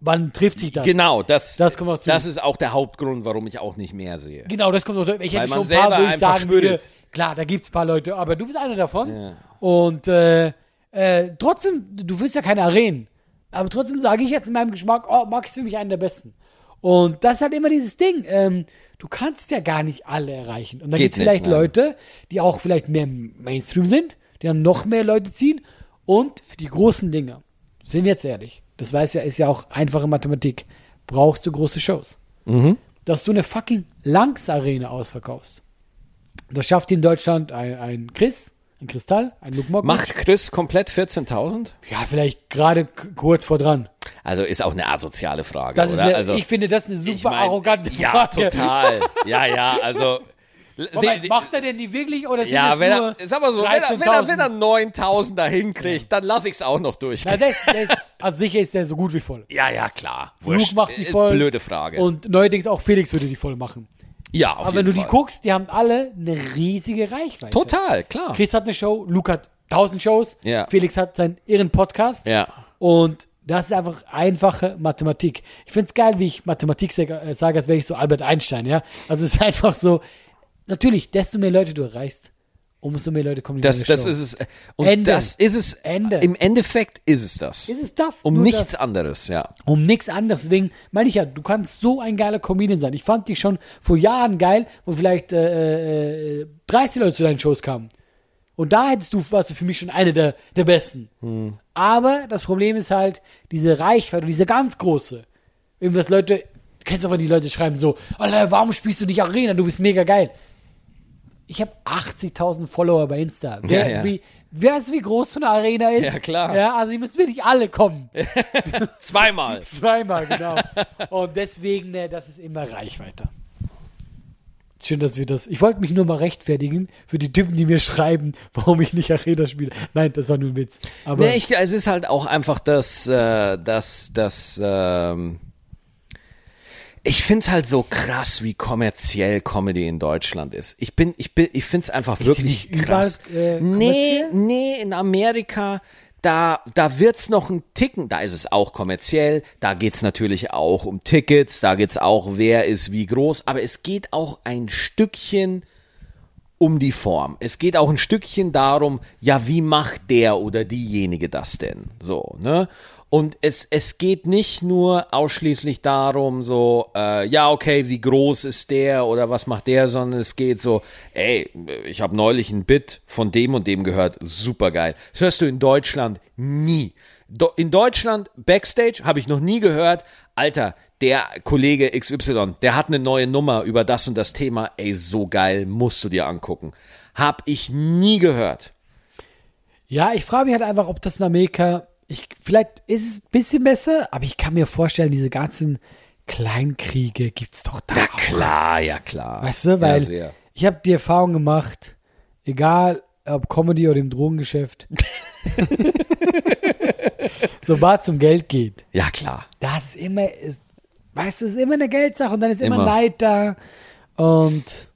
wann trifft sich das? Mhm. Genau, das, Das kommt auch zu. das ist auch der Hauptgrund, warum ich auch nicht mehr sehe. Genau, das kommt noch. durch. Ich Weil hätte man schon ein selber paar, wo ich einfach sagen würde, spielt. klar, da gibt es ein paar Leute, aber du bist einer davon. Ja. Und äh, äh, trotzdem, du wirst ja keine Arenen. Aber trotzdem sage ich jetzt in meinem Geschmack, oh, Max ist für mich einer der Besten. Und das ist halt immer dieses Ding. Ähm, du kannst ja gar nicht alle erreichen. Und dann Geht gibt es vielleicht nicht, nein. Leute, die auch vielleicht mehr im Mainstream sind, die dann noch mehr Leute ziehen. Und für die großen Dinge, sind wir jetzt ehrlich, das weiß ja, ist ja auch einfache Mathematik, brauchst du große Shows dass du eine fucking Langs-Arena ausverkaufst. Das schafft in Deutschland ein, ein Chris, ein Kristall, ein Luke Mock. Macht Chris komplett 14.000? Ja, vielleicht gerade k- kurz vor dran. Also ist auch eine asoziale Frage, Das ist oder? eine, also, ich finde, das ist eine super ich mein, arrogante Frage. Ja, total. Ja, ja, also. Moment, Nee, macht er denn die wirklich oder sind ja, das wenn nur er, sag mal so, wenn er, wenn er, wenn er 13.000? 9000 da hinkriegt, dann lass ich's auch noch durch. Na, der ist, der ist, also sicher ist der so gut wie voll. Ja, ja, klar. Äh, Luke macht die voll. Blöde Frage. Und neuerdings auch Felix würde die voll machen. ja, auf Aber wenn jeden du Fall. die guckst, die haben alle eine riesige Reichweite. Total, klar. Chris hat eine Show, Luke hat 1000 Shows, Ja. Felix hat seinen irren Podcast. Ja. Und das ist einfach einfache Mathematik. Ich finde es geil, wie ich Mathematik sag- äh, sage, als wäre ich so Albert Einstein, ja. Also es ist einfach so, natürlich, desto mehr Leute du erreichst, umso mehr Leute kommen in Das, deine das Show. ist es. äh, Und Ende. das ist es. Ende. Im Endeffekt ist es das. Ist es das? um Nur nichts das? anderes, ja. Um nichts anderes. Deswegen meine ich ja, du kannst so ein geiler Comedian sein. Ich fand dich schon vor Jahren geil, wo vielleicht äh, äh, 30 Leute zu deinen Shows kamen. Und da hättest du, warst du für mich schon eine der, der Besten. Hm. Aber das Problem ist halt, diese Reichweite, diese ganz große, irgendwas Leute, du kennst du, wenn die Leute schreiben so, Alter, warum spielst du nicht Arena, du bist mega geil. Ich habe 80.000 Follower bei Insta. Wer, ja. Wie, weißt du, wie groß so eine Arena ist? Ja, klar. Ja, also ihr müsst wirklich alle kommen. Zweimal. Zweimal, genau. Und deswegen, ne, das ist immer Reichweite. Schön, dass wir das. Ich wollte mich nur mal rechtfertigen für die Typen, die mir schreiben, warum ich nicht Arena spiele. Nein, das war nur ein Witz. Aber Nee, ich, es ist halt auch einfach das, äh, das, das, ähm, ich find's halt so krass, wie kommerziell Comedy in Deutschland ist. Ich bin, ich bin, ich find's einfach sie wirklich nicht überall, krass. äh, nee, kommerziell? nee, in Amerika, da, da wird's noch ein Ticken, da ist es auch kommerziell, da geht's natürlich auch um Tickets, da geht's auch, wer ist wie groß, aber es geht auch ein Stückchen um die Form. Es geht auch ein Stückchen darum, ja, wie macht der oder diejenige das denn? So, ne? Und es, es geht nicht nur ausschließlich darum, so, äh, ja, okay, wie groß ist der oder was macht der, sondern es geht so, ey, ich habe neulich ein Bit von dem und dem gehört, super geil. Das hörst du in Deutschland nie. Do in Deutschland, Backstage, habe ich noch nie gehört, Alter, der Kollege XY, der hat eine neue Nummer über das und das Thema. Ey, so geil, musst du dir angucken. Hab ich nie gehört. ja, ich frage mich halt einfach, ob das in Amerika. Ich, vielleicht ist es ein bisschen besser, aber ich kann mir vorstellen, diese ganzen Kleinkriege gibt es doch da. Na auch. klar, ja klar. Weißt du, weil Ja, sehr. ich habe die Erfahrung gemacht, egal ob Comedy oder im Drogengeschäft, sobald es um Geld geht, ja klar. das ist immer, ist, weißt du, es ist immer eine Geldsache und dann ist immer, Immer. Neid da und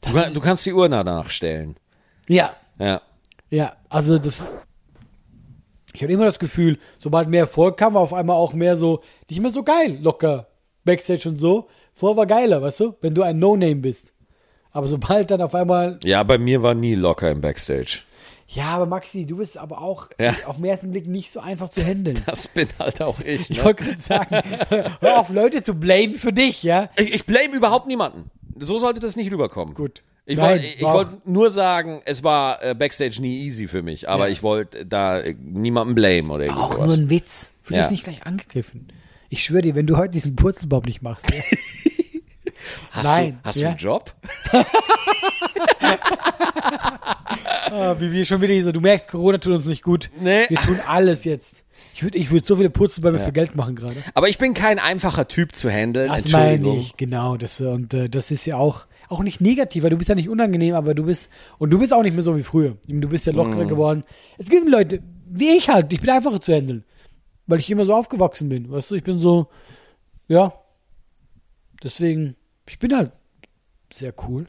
Du, kann- du kannst die Uhr danach stellen. ja, Ja. ja, also das, ich hatte immer das Gefühl, sobald mehr Erfolg kam, war auf einmal auch mehr so, nicht mehr so geil, locker, Backstage und so. Vorher war geiler, weißt du, wenn du ein No-Name bist. Aber sobald dann auf einmal Ja, bei mir war nie locker im Backstage. Ja, aber Maxi, du bist aber auch Ja. auf den ersten Blick nicht so einfach zu handeln. Das bin halt auch ich. Ich Ne? wollte gerade sagen, hör auf, Leute zu blamen für dich, ja? Ich, ich blame überhaupt niemanden. So sollte das nicht rüberkommen. Gut. Ich Nein, wollte ich war wollt nur sagen, es war äh, Backstage nie easy für mich, aber Ja. ich wollte da äh, niemanden blame oder Auch irgendwas. nur ein Witz. Fühl Ja. dich nicht gleich angegriffen. Ich schwöre dir, wenn du heute diesen Purzelbaum nicht machst. Ja. Hast Nein, du, hast du ja. einen Job? Ah, wie wir schon wieder hier so, du merkst, Corona tut uns nicht gut. Nee. Wir tun alles jetzt. Ich würde ich würd so viele Purzelbäume Ja. für Geld machen gerade. Aber ich bin kein einfacher Typ zu handeln. Das meine Entschuldigung. ich, genau. Das, äh, und äh, das ist ja auch, auch nicht negativ, weil du bist ja nicht unangenehm, aber du bist, und du bist auch nicht mehr so wie früher. Du bist ja lockerer Mhm. geworden. Es gibt Leute, wie ich halt, ich bin einfacher zu handeln, weil ich immer so aufgewachsen bin. Weißt du, ich bin so, ja, deswegen, ich bin halt sehr cool.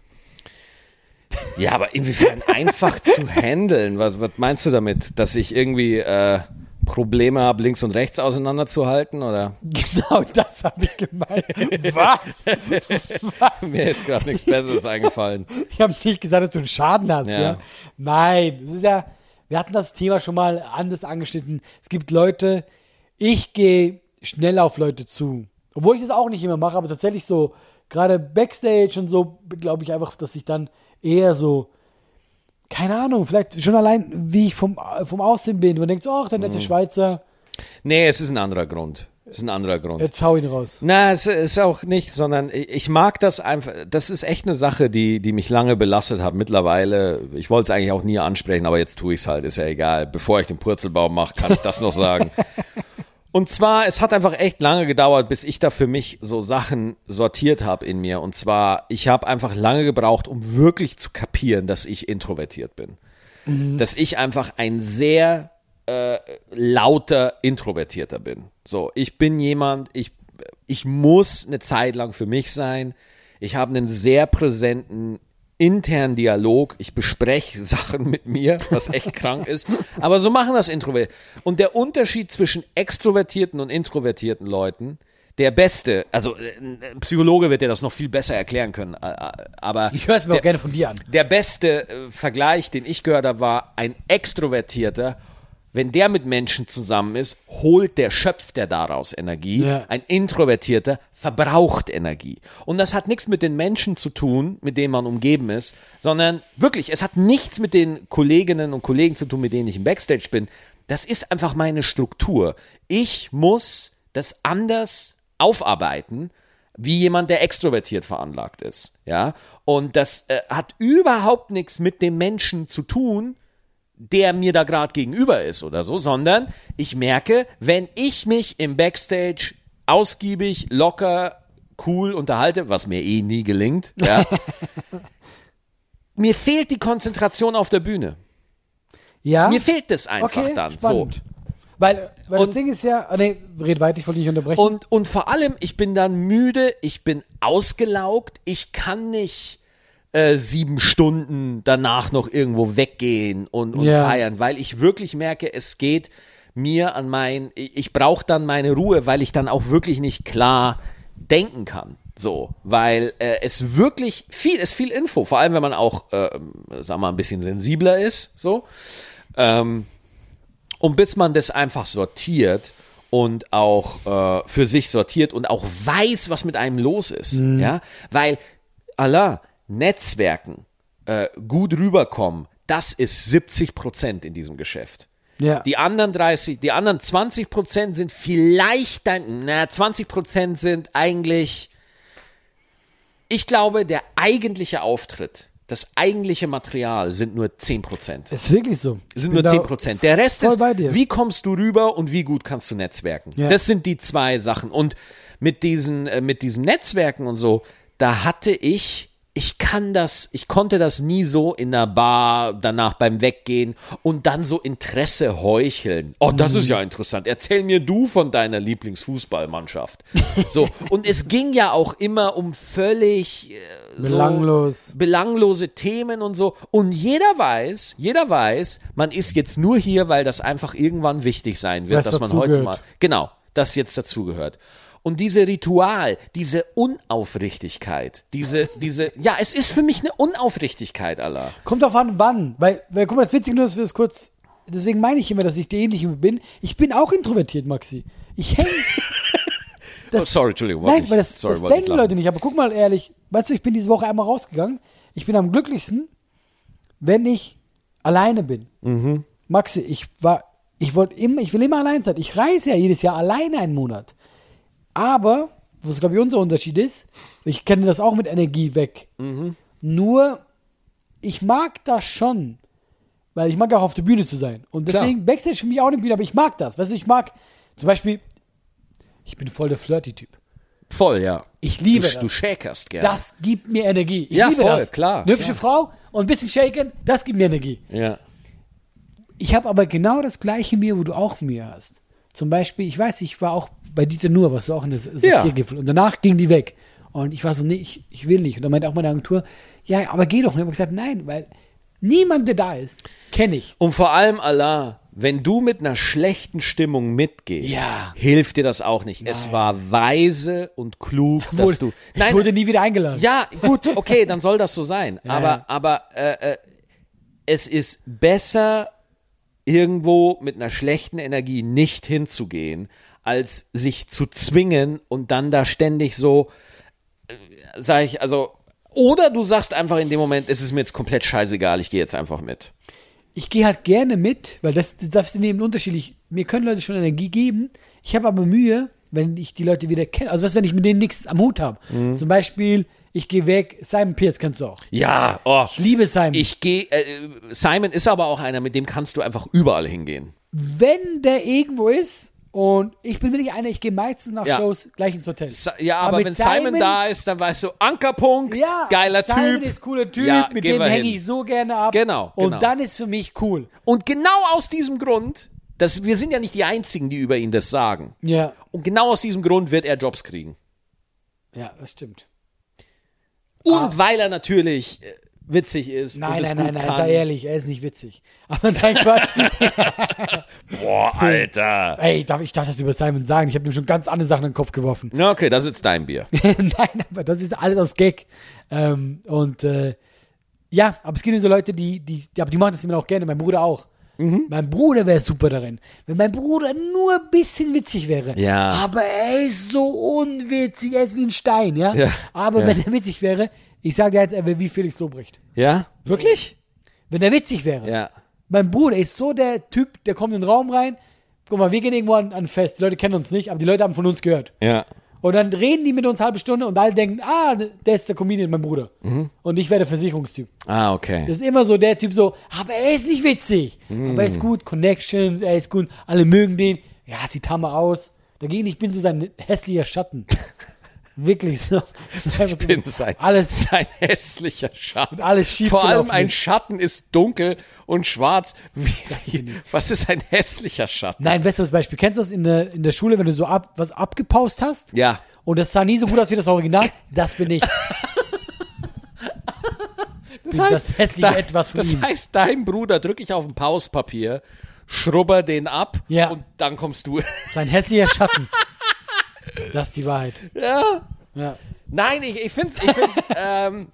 Ja, aber inwiefern einfach zu handeln? Was, was meinst du damit? Dass ich irgendwie äh, Probleme habe, links und rechts auseinanderzuhalten? Oder? Genau das habe ich gemeint. Was? Was? Mir ist gerade nichts Besseres eingefallen. Ich habe nicht gesagt, dass du einen Schaden hast, ja. Ja. Nein, das ist ja, wir hatten das Thema schon mal anders angeschnitten. Es gibt Leute, ich gehe schnell auf Leute zu. Obwohl ich das auch nicht immer mache, aber tatsächlich so, gerade Backstage und so, glaube ich einfach, dass ich dann eher so, keine Ahnung, vielleicht schon allein, wie ich vom, vom Aussehen bin. Man denkt so, ach, der Mhm. nette Schweizer, Nee, es ist ein anderer Grund. Es ist ein anderer Grund. jetzt hau ihn raus. Na, es ist auch nicht, sondern ich ich mag das einfach. Das ist echt eine Sache, die, die mich lange belastet hat. Mittlerweile, ich wollte es eigentlich auch nie ansprechen, aber jetzt tue ich es halt, ist ja egal. Bevor ich den Purzelbaum mache, kann ich das noch sagen. Und zwar, es hat einfach echt lange gedauert, bis ich da für mich so Sachen sortiert habe in mir. Und zwar, ich habe einfach lange gebraucht, um wirklich zu kapieren, dass ich introvertiert bin. Mhm. Dass ich einfach ein sehr äh, lauter Introvertierter bin. So, ich bin jemand, ich, ich muss eine Zeit lang für mich sein. Ich habe einen sehr präsenten internen Dialog. Ich bespreche Sachen mit mir, was echt krank ist. Aber so machen das Introvertierte. Und der Unterschied zwischen extrovertierten und introvertierten Leuten, der beste, also äh, ein Psychologe wird dir das noch viel besser erklären können, äh, äh, aber Ich höre es mir der, auch gerne von dir an. der beste äh, Vergleich, den ich gehört habe, war ein Extrovertierter. Wenn der mit Menschen zusammen ist, holt der, schöpft der daraus Energie. Ja. Ein Introvertierter verbraucht Energie. Und das hat nichts mit den Menschen zu tun, mit denen man umgeben ist, sondern wirklich, es hat nichts mit den Kolleginnen und Kollegen zu tun, mit denen ich im Backstage bin. Das ist einfach meine Struktur. Ich muss das anders aufarbeiten, wie jemand, der extrovertiert veranlagt ist. Ja, und das äh, hat überhaupt nichts mit dem Menschen zu tun, der mir da gerade gegenüber ist oder so, sondern ich merke, wenn ich mich im Backstage ausgiebig, locker, cool unterhalte, was mir eh nie gelingt, ja, mir fehlt die Konzentration auf der Bühne. Ja? Mir fehlt das einfach dann. So. Ah. spannend. Weil, weil das Und- Ding ist ja, ah, nee, red weiter, ich wollte dich nicht unterbrechen. Und, und vor allem, ich bin dann müde, ich bin ausgelaugt, ich kann nicht äh, sieben Stunden danach noch irgendwo weggehen und, und Ja. feiern, weil ich wirklich merke, es geht mir an mein, ich, ich brauche dann meine Ruhe, weil ich dann auch wirklich nicht klar denken kann. So, weil äh, es wirklich viel, es ist viel Info, vor allem wenn man auch, äh, sagen wir mal, ein bisschen sensibler ist, so. Ähm, und bis man das einfach sortiert und auch äh, für sich sortiert und auch weiß, was mit einem los ist. Ja? Weil, Allah, Netzwerken, äh, gut rüberkommen, das ist 70 Prozent in diesem Geschäft. ja. Die anderen 30, die anderen 20 Prozent sind vielleicht dann, na, 20 Prozent sind eigentlich, ich glaube, der eigentliche Auftritt, das eigentliche Material sind nur 10 Prozent. Ist wirklich so. Es sind nur 10 Prozent. Der Rest voll ist, bei dir. wie kommst du rüber und wie gut kannst du netzwerken? Ja. Das sind die zwei Sachen. Und mit diesen, äh, mit diesen Netzwerken und so, da hatte ich, ich kann das, ich konnte das nie so in der Bar, danach beim Weggehen und dann so Interesse heucheln. Oh, das Mhm. ist ja interessant. Erzähl mir du von deiner Lieblingsfußballmannschaft. So. Und es ging ja auch immer um völlig äh, so, Belanglos. belanglose Themen und so. Und jeder weiß, jeder weiß, man ist jetzt nur hier, weil das einfach irgendwann wichtig sein wird, Was dass man dazu heute gehört. mal. Genau, das jetzt dazugehört. Und diese Ritual, diese Unaufrichtigkeit, diese, diese, ja, es ist für mich eine Unaufrichtigkeit, Allah. Kommt drauf an, wann. Weil, weil guck mal, das Witzige nur ist, wir das kurz. Deswegen meine ich immer, dass ich dir ähnlich bin. Ich bin auch introvertiert, Maxi. Ich hänge. oh, sorry, Entschuldigung. wollte Nein, ich- weil das, sorry, das wollte ich denken lachen. Leute nicht. Aber guck mal ehrlich, weißt du, ich bin diese Woche einmal rausgegangen. Ich bin am glücklichsten, wenn ich alleine bin. Mhm. Maxi, ich war, ich wollte immer, ich will immer allein sein. Ich reise ja jedes Jahr alleine einen Monat. Aber, was glaube ich unser Unterschied ist, ich kenne das auch mit Energie weg. Mhm. Nur, ich mag das schon, weil ich mag auch auf der Bühne zu sein. Und Klar. deswegen Backstage für mich auch eine Bühne, aber ich mag das. Weißt du, ich mag zum Beispiel, ich bin voll der Flirty-Typ. Voll, ja. Ich liebe du, das. Du shakerst gerne. Das gibt mir Energie. Ich Ja, liebe voll, das. klar, Eine hübsche Frau und ein bisschen shaken, das gibt mir Energie. Ja. Ich habe aber genau das gleiche mir, wo du auch mir hast. Zum Beispiel, ich weiß, ich war auch bei Dieter Nuhr, was du auch in der Satirgipfel. Und danach ging die weg. Und ich war so, nee, ich, ich will nicht. Und dann meinte auch meine Agentur, ja, aber geh doch. Und ich habe gesagt, nein, weil niemand, der da ist, kenne ich. Und vor allem, Allah, wenn du mit einer schlechten Stimmung mitgehst, Ja. hilft dir das auch nicht. Es war weise und klug, dass Wurde- du. ich wurde nie wieder eingeladen. Ja, gut, okay, dann soll das so sein. ja. aber aber äh, äh, es ist besser, irgendwo mit einer schlechten Energie nicht hinzugehen, als sich zu zwingen und dann da ständig so, äh, sag ich, also. Oder du sagst einfach in dem Moment, es ist mir jetzt komplett scheißegal, ich gehe jetzt einfach mit. ich gehe halt gerne mit, weil das, das darfst du eben unterschiedlich. Mir können Leute schon Energie geben. Ich habe aber Mühe, wenn ich die Leute wieder kenne. Also was, wenn ich mit denen nichts am Hut habe. Mhm. Zum Beispiel, ich gehe weg. Simon Pierce kennst du auch. Ja, oh, Ich liebe Simon. Ich gehe. Äh, Simon ist aber auch einer, mit dem kannst du einfach überall hingehen. wenn der irgendwo ist und ich bin wirklich einer, ich gehe meistens nach Ja. Shows gleich ins Hotel. Si- Ja, aber, mit wenn Simon, da ist, dann weißt du, Ankerpunkt, ja, geiler Simon Typ. ist cooler Typ, Ja, mit gehen dem wir hänge hin. ich so gerne ab. Genau, Und genau. dann ist für mich cool. Und genau aus diesem Grund, dass wir sind ja nicht die Einzigen, die über ihn das sagen. Ja, Und genau aus diesem Grund wird er Jobs kriegen. ja, das stimmt. Und weil er natürlich äh, witzig ist. Ah. Nein, und es nein, gut nein, nein, kann. sei ehrlich, er ist nicht witzig. Aber nein, Quatsch. Boah, Hm. Alter. Ey, ich darf, ich darf das über Simon sagen. Ich habe ihm schon ganz andere Sachen in den Kopf geworfen. Na, okay, das ist dein Bier. Nein, aber das ist alles aus Gag. Ähm, und äh, ja, aber es gibt ja so Leute, die, die, die, aber die machen das immer auch gerne. Mein Bruder auch. Mhm. Mein Bruder wäre super darin. Wenn mein Bruder nur ein bisschen witzig wäre. Ja. Aber er ist so unwitzig. Er ist wie ein Stein, ja. Ja, Aber ja. wenn er witzig wäre, ich sage dir jetzt, er wäre wie Felix Lobrecht. Ja? Wirklich? Wenn er witzig wäre. Ja. Mein Bruder ist so der Typ, der kommt in den Raum rein. Guck mal, wir gehen irgendwo an, an ein Fest. Die Leute kennen uns nicht, aber die Leute haben von uns gehört. Ja. Und dann reden die mit uns eine halbe Stunde und alle denken, ah, der ist der Comedian, mein Bruder. Mhm. Und ich wäre der Versicherungstyp. Ah, okay. Das ist immer so der Typ so, aber er ist nicht witzig. Mhm. Aber er ist gut, Connections, er ist gut, alle mögen den. Ja, sieht Hammer aus. Dagegen, ich bin so sein hässlicher Schatten. Wirklich so. Das ist einfach so- bin sein, Alles, sein hässlicher Schatten. alles schief Vor allem ein ist. Schatten ist dunkel und schwarz. Wie, bin ich. wie, was ist ein hässlicher Schatten? Nein, besseres Beispiel. Kennst du das in der, in der Schule, wenn du so ab, was abgepaust hast? Ja. Und das sah nie so gut aus wie das Original? Das bin ich. Das bin das hässliche Etwas von Das ihm. heißt, dein Bruder drücke ich auf ein Pauspapier, schrubber den ab Ja. und dann kommst du. Sein hässlicher Schatten. Das ist die Wahrheit. ja. Ja. Nein, ich, ich finde es. Ich find's, ähm,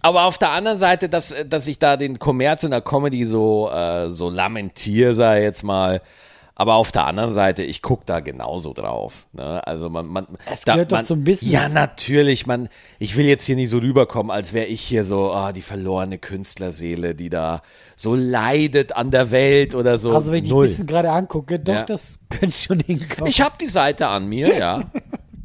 aber auf der anderen Seite, dass, dass ich da den Kommerz in der Comedy so, äh, so lamentiere, sei jetzt mal. Aber auf der anderen Seite, ich gucke da genauso drauf. Ne? Also man, man, es da, gehört doch man, zum Business. Ja, natürlich. Man, ich will jetzt hier nicht so rüberkommen, als wäre ich hier so ah, die verlorene Künstlerseele, die da so leidet an der Welt oder so. Also wenn ich Null. dich ein bisschen gerade angucke, doch, Ja. das könnte schon hinkommen. ich habe die Seite an mir, ja.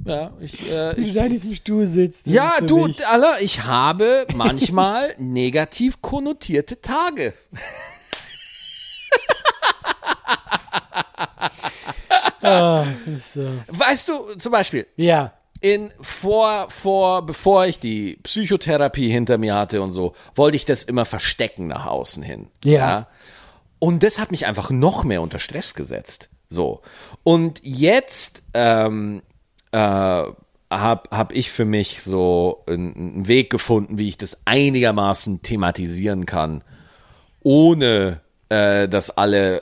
ja, ich, äh, Wie du da in diesem Stuhl sitzt. das Ja, ist für du, mich- Alter, ich habe manchmal negativ konnotierte Tage. Ah, das ist, äh, Weißt du, zum Beispiel, ja. in vor, vor, bevor ich die Psychotherapie hinter mir hatte und so, wollte ich das immer verstecken nach außen hin. Ja. Und das hat mich einfach noch mehr unter Stress gesetzt. So. Und jetzt ähm, äh, habe hab ich für mich so einen, einen Weg gefunden, wie ich das einigermaßen thematisieren kann, ohne äh, dass alle,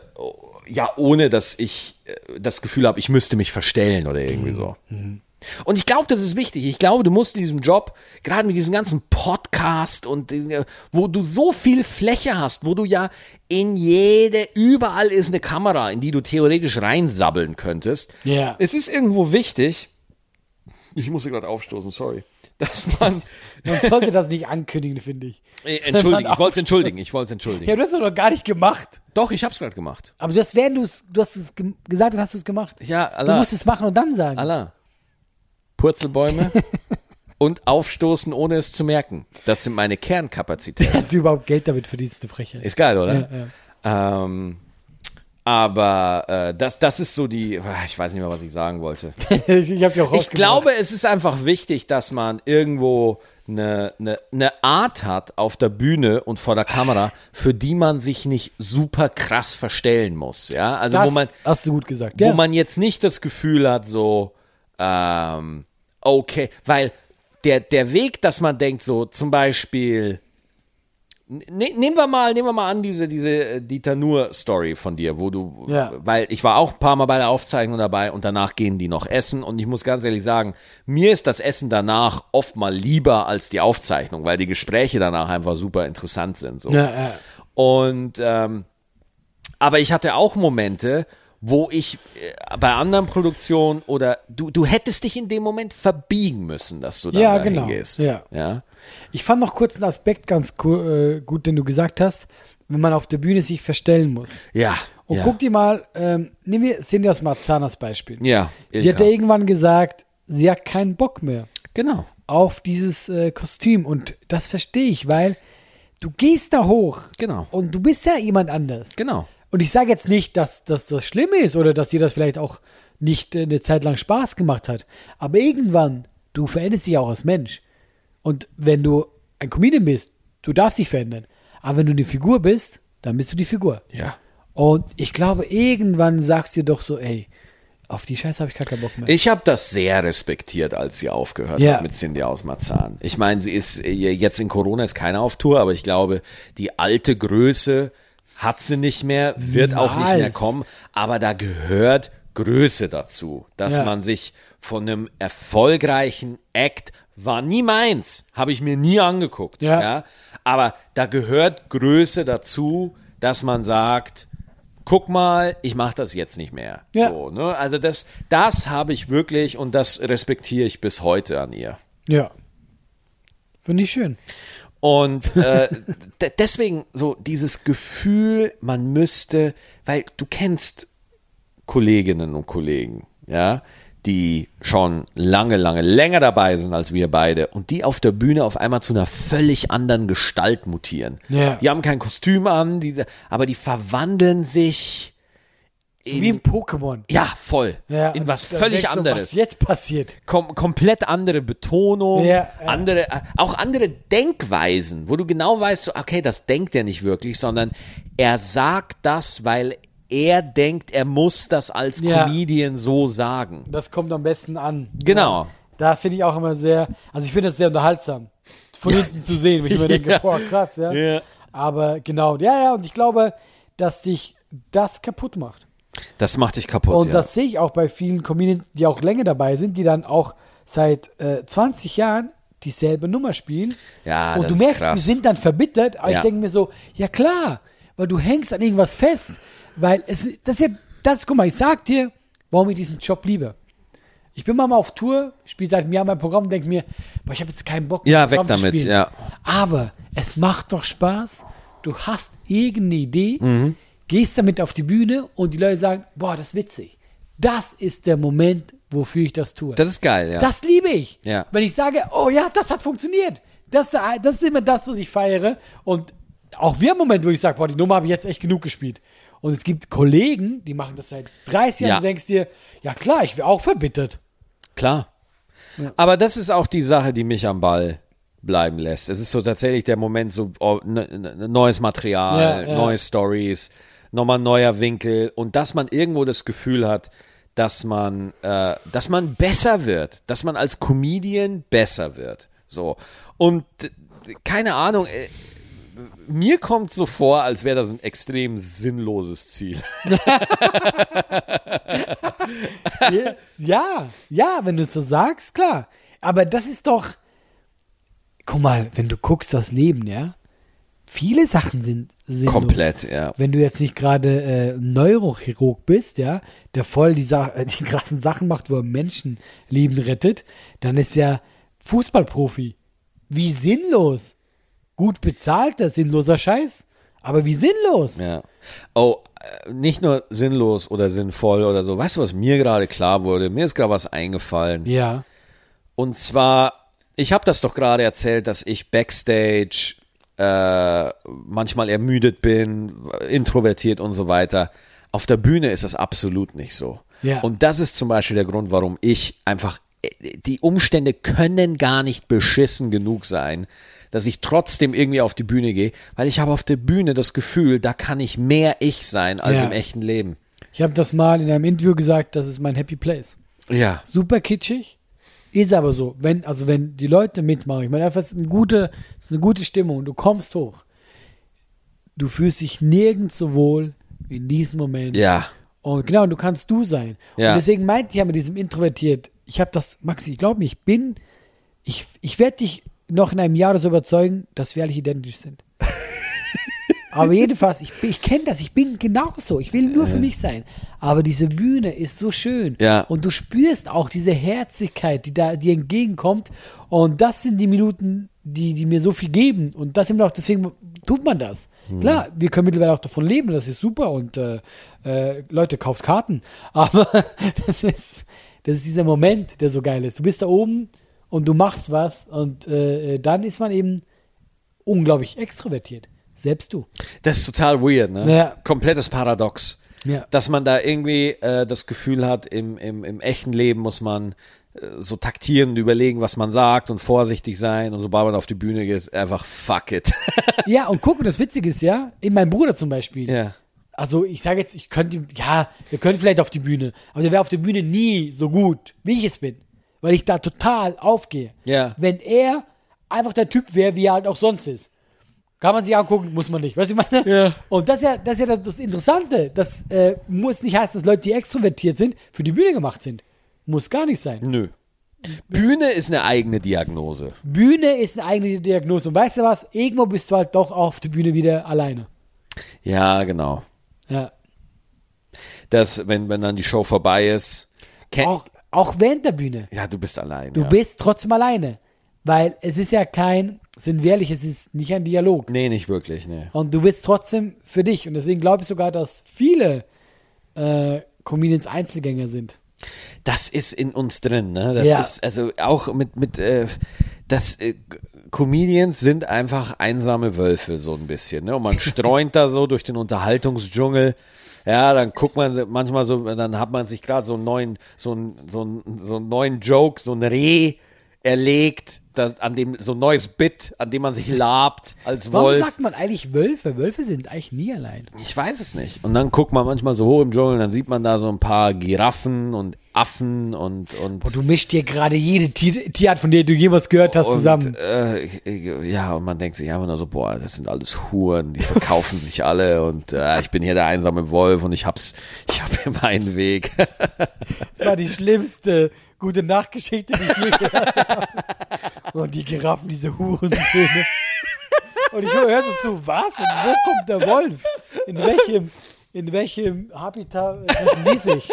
ja, ohne dass ich äh, das Gefühl habe, ich müsste mich verstellen oder irgendwie so. Mhm. Und ich glaube, das ist wichtig. Ich glaube, du musst in diesem Job, gerade mit diesem ganzen Podcast und diesen- äh, wo du so viel Fläche hast, wo du ja in jede, überall ist eine Kamera, in die du theoretisch reinsabbeln könntest. Ja. Es ist irgendwo wichtig, ich musste gerade aufstoßen, sorry, dass man, Man sollte das nicht ankündigen, finde ich. Äh, entschuldigen, ich wollte es entschuldigen, ich wollte es entschuldigen. Ja, du hast es doch gar nicht gemacht. Doch, ich hab's gerade gemacht. Aber das, während du's, du hast es gem- gesagt und hast du es gemacht. Ja, Du Allah, musst es machen und dann sagen. Allah. Purzelbäume und aufstoßen, ohne es zu merken. Das sind meine Kernkapazitäten. Dass du überhaupt Geld damit verdienst, du Frechheit. Ist geil, oder? Ähm, aber äh, das, das ist so die, ah, ich weiß nicht mehr, was ich sagen wollte. ich ich habe ja auch Ich glaube, es ist einfach wichtig, dass man irgendwo eine, eine, eine Art hat auf der Bühne und vor der Kamera, für die man sich nicht super krass verstellen muss. Ja, also das wo man hast du gut gesagt. wo Ja. man jetzt nicht das Gefühl hat, so, ähm, okay, weil der, der Weg, dass man denkt, so zum Beispiel, ne, nehmen wir mal, nehmen wir mal an, diese, diese äh, Dieter Nur-Story von dir, wo du, Ja. weil ich war auch ein paar Mal bei der Aufzeichnung dabei und danach gehen die noch essen und ich muss ganz ehrlich sagen, mir ist das Essen danach oft mal lieber als die Aufzeichnung, weil die Gespräche danach einfach super interessant sind. So. ja, ja. Und ähm, aber ich hatte auch Momente, wo ich äh, bei anderen Produktionen oder du, du hättest dich in dem Moment verbiegen müssen, dass du da Ja, dahin genau, gehst. ja. ja. Ich fand noch kurz einen Aspekt ganz gu- äh, gut, den du gesagt hast, wenn man auf der Bühne sich verstellen muss. Ja. Und ja. guck dir mal, ähm, nehmen wir Cindy aus Marzanas Beispiel. ja, Die hat Ilka. ja irgendwann gesagt, sie hat keinen Bock mehr genau. auf dieses äh, Kostüm. Und das verstehe ich, weil du gehst da hoch Genau. und du bist ja jemand anders. Genau. Und ich sage jetzt nicht, dass, dass das schlimm ist oder dass dir das vielleicht auch nicht äh, eine Zeit lang Spaß gemacht hat. Aber irgendwann, du veränderst dich auch als Mensch. Und wenn du ein Comedian bist, du darfst dich verändern. Aber wenn du eine Figur bist, dann bist du die Figur. Ja. Und ich glaube, irgendwann sagst du dir doch so, ey, auf die Scheiße habe ich gar keinen Bock mehr. Ich habe das sehr respektiert, als sie aufgehört Ja. hat mit Cindy aus Marzahn. Ich meine, sie ist äh, jetzt in Corona ist keiner auf Tour, aber ich glaube, die alte Größe hat sie nicht mehr, wird auch nicht mehr Niemals. kommen. Aber da gehört Größe dazu, dass Ja. man sich von einem erfolgreichen Act war nie meins, habe ich mir nie angeguckt. Ja. ja. Aber da gehört Größe dazu, dass man sagt, guck mal, ich mache das jetzt nicht mehr. Ja. So, ne? Also das, das habe ich wirklich und das respektiere ich bis heute an ihr. ja. Finde ich schön. Und äh, de- deswegen so dieses Gefühl, man müsste, weil du kennst Kolleginnen und Kollegen, ja, die schon lange, lange länger dabei sind als wir beide und die auf der Bühne auf einmal zu einer völlig anderen Gestalt mutieren. Ja. Die haben kein Kostüm an, diese, aber die verwandeln sich So wie im Pokémon. ja, voll. Ja, in und was dann völlig denkst du, anderes. Was jetzt passiert. Kom komplett andere Betonung, Ja, ja. andere, äh, auch andere Denkweisen, wo du genau weißt, so, okay, das denkt er nicht wirklich, sondern er sagt das, weil er denkt, er muss das als Ja. Comedian so sagen. Das kommt am besten an. Genau. Ja, da finde ich auch immer sehr, also ich finde das sehr unterhaltsam, von hinten zu sehen, wenn ich mir denke, Ja. boah, krass, ja. Ja. Aber genau, ja, ja, und ich glaube, dass sich das kaputt macht. Das macht dich kaputt. Und ja. das sehe ich auch bei vielen Comedians, die auch länger dabei sind, die dann auch seit äh, 20 Jahren dieselbe Nummer spielen. Ja, und das du ist merkst, die krass. sind dann verbittert, aber Ja. ich denke mir so, ja klar, weil du hängst an irgendwas fest, weil es das ist ja das guck mal, ich sag dir, warum ich diesen Job liebe. Ich bin mal auf Tour, spiele seit einem Jahr mein Programm, denke mir, boah, ich habe jetzt keinen Bock. Ja, mein Programm weg zu damit, spielen. ja. Aber es macht doch Spaß. Du hast irgendeine Idee, Mhm. gehst damit auf die Bühne und die Leute sagen, boah, das ist witzig. Das ist der Moment, wofür ich das tue. das ist geil, ja. Das liebe ich. Ja. Wenn ich sage, oh ja, das hat funktioniert. Das, das ist immer das, was ich feiere. Und auch wir im Moment, wo ich sage, boah, die Nummer habe ich jetzt echt genug gespielt. Und es gibt Kollegen, die machen das seit 30 Jahren. Ja. Du denkst dir, ja klar, ich wäre auch verbittert. Klar. Aber das ist auch die Sache, die mich am Ball bleiben lässt. Es ist so tatsächlich der Moment, so oh, ne, ne, neues Material, Ja, ja. neue Stories, nochmal neuer Winkel und dass man irgendwo das Gefühl hat, dass man, äh, dass man besser wird, dass man als Comedian besser wird. So. Und äh, keine Ahnung, äh, mir kommt so vor, als wäre das ein extrem sinnloses Ziel. ja, ja, wenn du es so sagst, klar. Aber das ist doch, guck mal, wenn du guckst, das Leben, ja, viele Sachen sind sinnlos. Komplett, ja. Wenn du jetzt nicht gerade äh, Neurochirurg bist, ja, der voll die, Sa äh, die krassen Sachen macht, wo er Menschenleben rettet, dann ist ja Fußballprofi. Wie sinnlos. Gut bezahlter, sinnloser Scheiß. Aber wie sinnlos. Ja. Oh, äh, nicht nur sinnlos oder sinnvoll oder so. Weißt du, was mir gerade klar wurde? Mir ist gerade was eingefallen. Ja. Und zwar, ich habe das doch gerade erzählt, dass ich backstage äh, manchmal ermüdet bin, introvertiert und so weiter. Auf der Bühne ist das absolut nicht so. Ja. Und das ist zum Beispiel der Grund, warum ich einfach, äh, die Umstände können gar nicht beschissen genug sein, dass ich trotzdem irgendwie auf die Bühne gehe, weil ich habe auf der Bühne das Gefühl, da kann ich mehr ich sein als Ja. im echten Leben. Ich habe das mal in einem Interview gesagt, das ist mein Happy Place. Ja. Super kitschig, ist aber so. Wenn, also wenn die Leute mitmachen, ich meine, einfach es ist eine gute, es ist eine gute Stimmung, du kommst hoch. Du fühlst dich nirgends so wohl wie in diesem Moment. Ja. Und genau, und du kannst du sein. Ja. Und deswegen meinte ich ja mit diesem introvertiert, ich habe das, Maxi, ich glaube mir, ich bin, ich, ich werde dich noch in einem Jahr oder so überzeugen, dass wir alle identisch sind. Aber jedenfalls, ich, bin- ich kenne das, ich bin genauso, ich will nur für mich sein. Aber diese Bühne ist so schön. Ja. Und du spürst auch diese Herzlichkeit, die da dir entgegenkommt. Und das sind die Minuten, die, die mir so viel geben. Und das sind auch, deswegen tut man das. Klar, wir können mittlerweile auch davon leben, das ist super. Und äh, äh, Leute, kauft Karten. Aber das ist, das ist dieser Moment, der so geil ist. Du bist da oben und du machst was. Und äh, dann ist man eben unglaublich extrovertiert. Selbst du. Das ist total weird, ne? Ja. Komplettes Paradox. Ja. Dass man da irgendwie äh, das Gefühl hat, im, im, im echten Leben muss man äh, so taktieren und überlegen, was man sagt und vorsichtig sein. Und sobald man auf die Bühne geht, einfach fuck it. Ja, und guck, und das Witzige ist ja, in meinem Bruder zum Beispiel. ja. Also ich sage jetzt, ich könnte, ihm- ja, wir können vielleicht auf die Bühne, aber der wäre auf der Bühne nie so gut, wie ich es bin, weil ich da total aufgehe. Ja. Wenn er einfach der Typ wäre, wie er halt auch sonst ist. Kann man sich angucken, muss man nicht. Weißt du, ich meine? Ja. Und das ist ja das, ist ja das, das Interessante. Das äh, muss nicht heißen, dass Leute, die extrovertiert sind, für die Bühne gemacht sind. Muss gar nicht sein. Nö. Bühne ist eine eigene Diagnose. Bühne ist eine eigene Diagnose. Und weißt du was? Irgendwo bist du halt doch auf der Bühne wieder alleine. Ja, genau. Ja. Das, wenn, wenn dann die Show vorbei ist. Ken Auch, auch während der Bühne. Ja, du bist allein. Du ja. bist trotzdem alleine. Weil es ist ja kein, sind wir ehrlich, es ist nicht ein Dialog. Nee, nicht wirklich, nee. Und du bist trotzdem für dich. Und deswegen glaube ich sogar, dass viele äh, Comedians Einzelgänger sind. das ist in uns drin. Ne? Das Ja. ist also auch mit mit äh, das äh, Comedians sind einfach einsame Wölfe so ein bisschen. Ne? Und man streunt da so durch den Unterhaltungsdschungel. Ja, dann guckt man manchmal so, dann hat man sich gerade so einen neuen, so einen, so einen, so einen neuen Joke, so ein Reh erlegt, da, an dem so ein neues Bit, an dem man sich labt als Warum Wolf. sagt man eigentlich Wölfe? Wölfe sind eigentlich nie allein. Ich weiß es nicht. Und dann guckt man manchmal so hoch im Dschungel, dann sieht man da so ein paar Giraffen und Affen und und. Boah, du mischst dir gerade jede Tier- Tierart, von der du jemals gehört hast, Und, zusammen. Äh, ich- ich- ja, und man denkt sich einfach nur so, boah, das sind alles Huren, die verkaufen sich alle und äh, ich bin hier der einsame Wolf und ich hab's, ich hab hier meinen Weg. Das war die schlimmste gute Nachtgeschichte, die ich je gehört habe. Und die Giraffen, diese Hurensöhne. Und ich höre so zu, was? Und wo kommt der Wolf? In welchem, in welchem Habitat treffen die sich?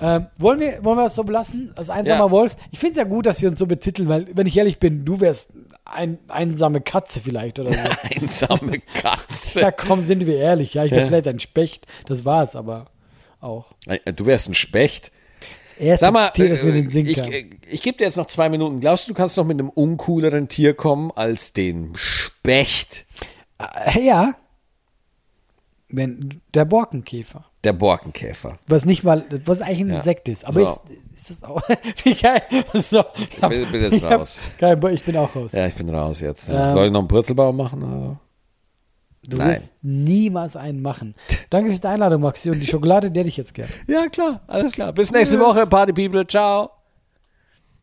Ähm, wollen, wir, wollen wir das so belassen? Als einsamer Ja. Wolf? Ich finde es ja gut, dass wir uns so betiteln, weil, wenn ich ehrlich bin, du wärst ein, einsame Katze vielleicht oder so. Einsame Katze. Ja, komm, sind wir ehrlich. Ja, ich wäre vielleicht ein Specht. Das war es aber auch. Äh, Du wärst ein Specht. Das erste Sag mal, Tier, das mir äh, in den Sinn ich, kam. äh, ich gebe dir jetzt noch zwei Minuten. Glaubst du, du kannst noch mit einem uncooleren Tier kommen als den Specht? Äh, Ja. Wenn der Borkenkäfer. Der Borkenkäfer. Was nicht mal, was eigentlich ein Ja. Insekt ist. Aber So. ist, ist das auch. Wie geil. So, ich hab- bin- bin jetzt ich hab raus. Kein, Bo- ich bin auch raus. Ja, ich bin raus jetzt. Ähm. Soll ich noch einen Purzelbaum machen? Oder? du nein. wirst niemals einen machen. Danke für die Einladung, Maxi. Und die Schokolade, die hätte ich jetzt gern. Ja, klar. Alles klar. Bis nächste Woche, Party People. Ciao.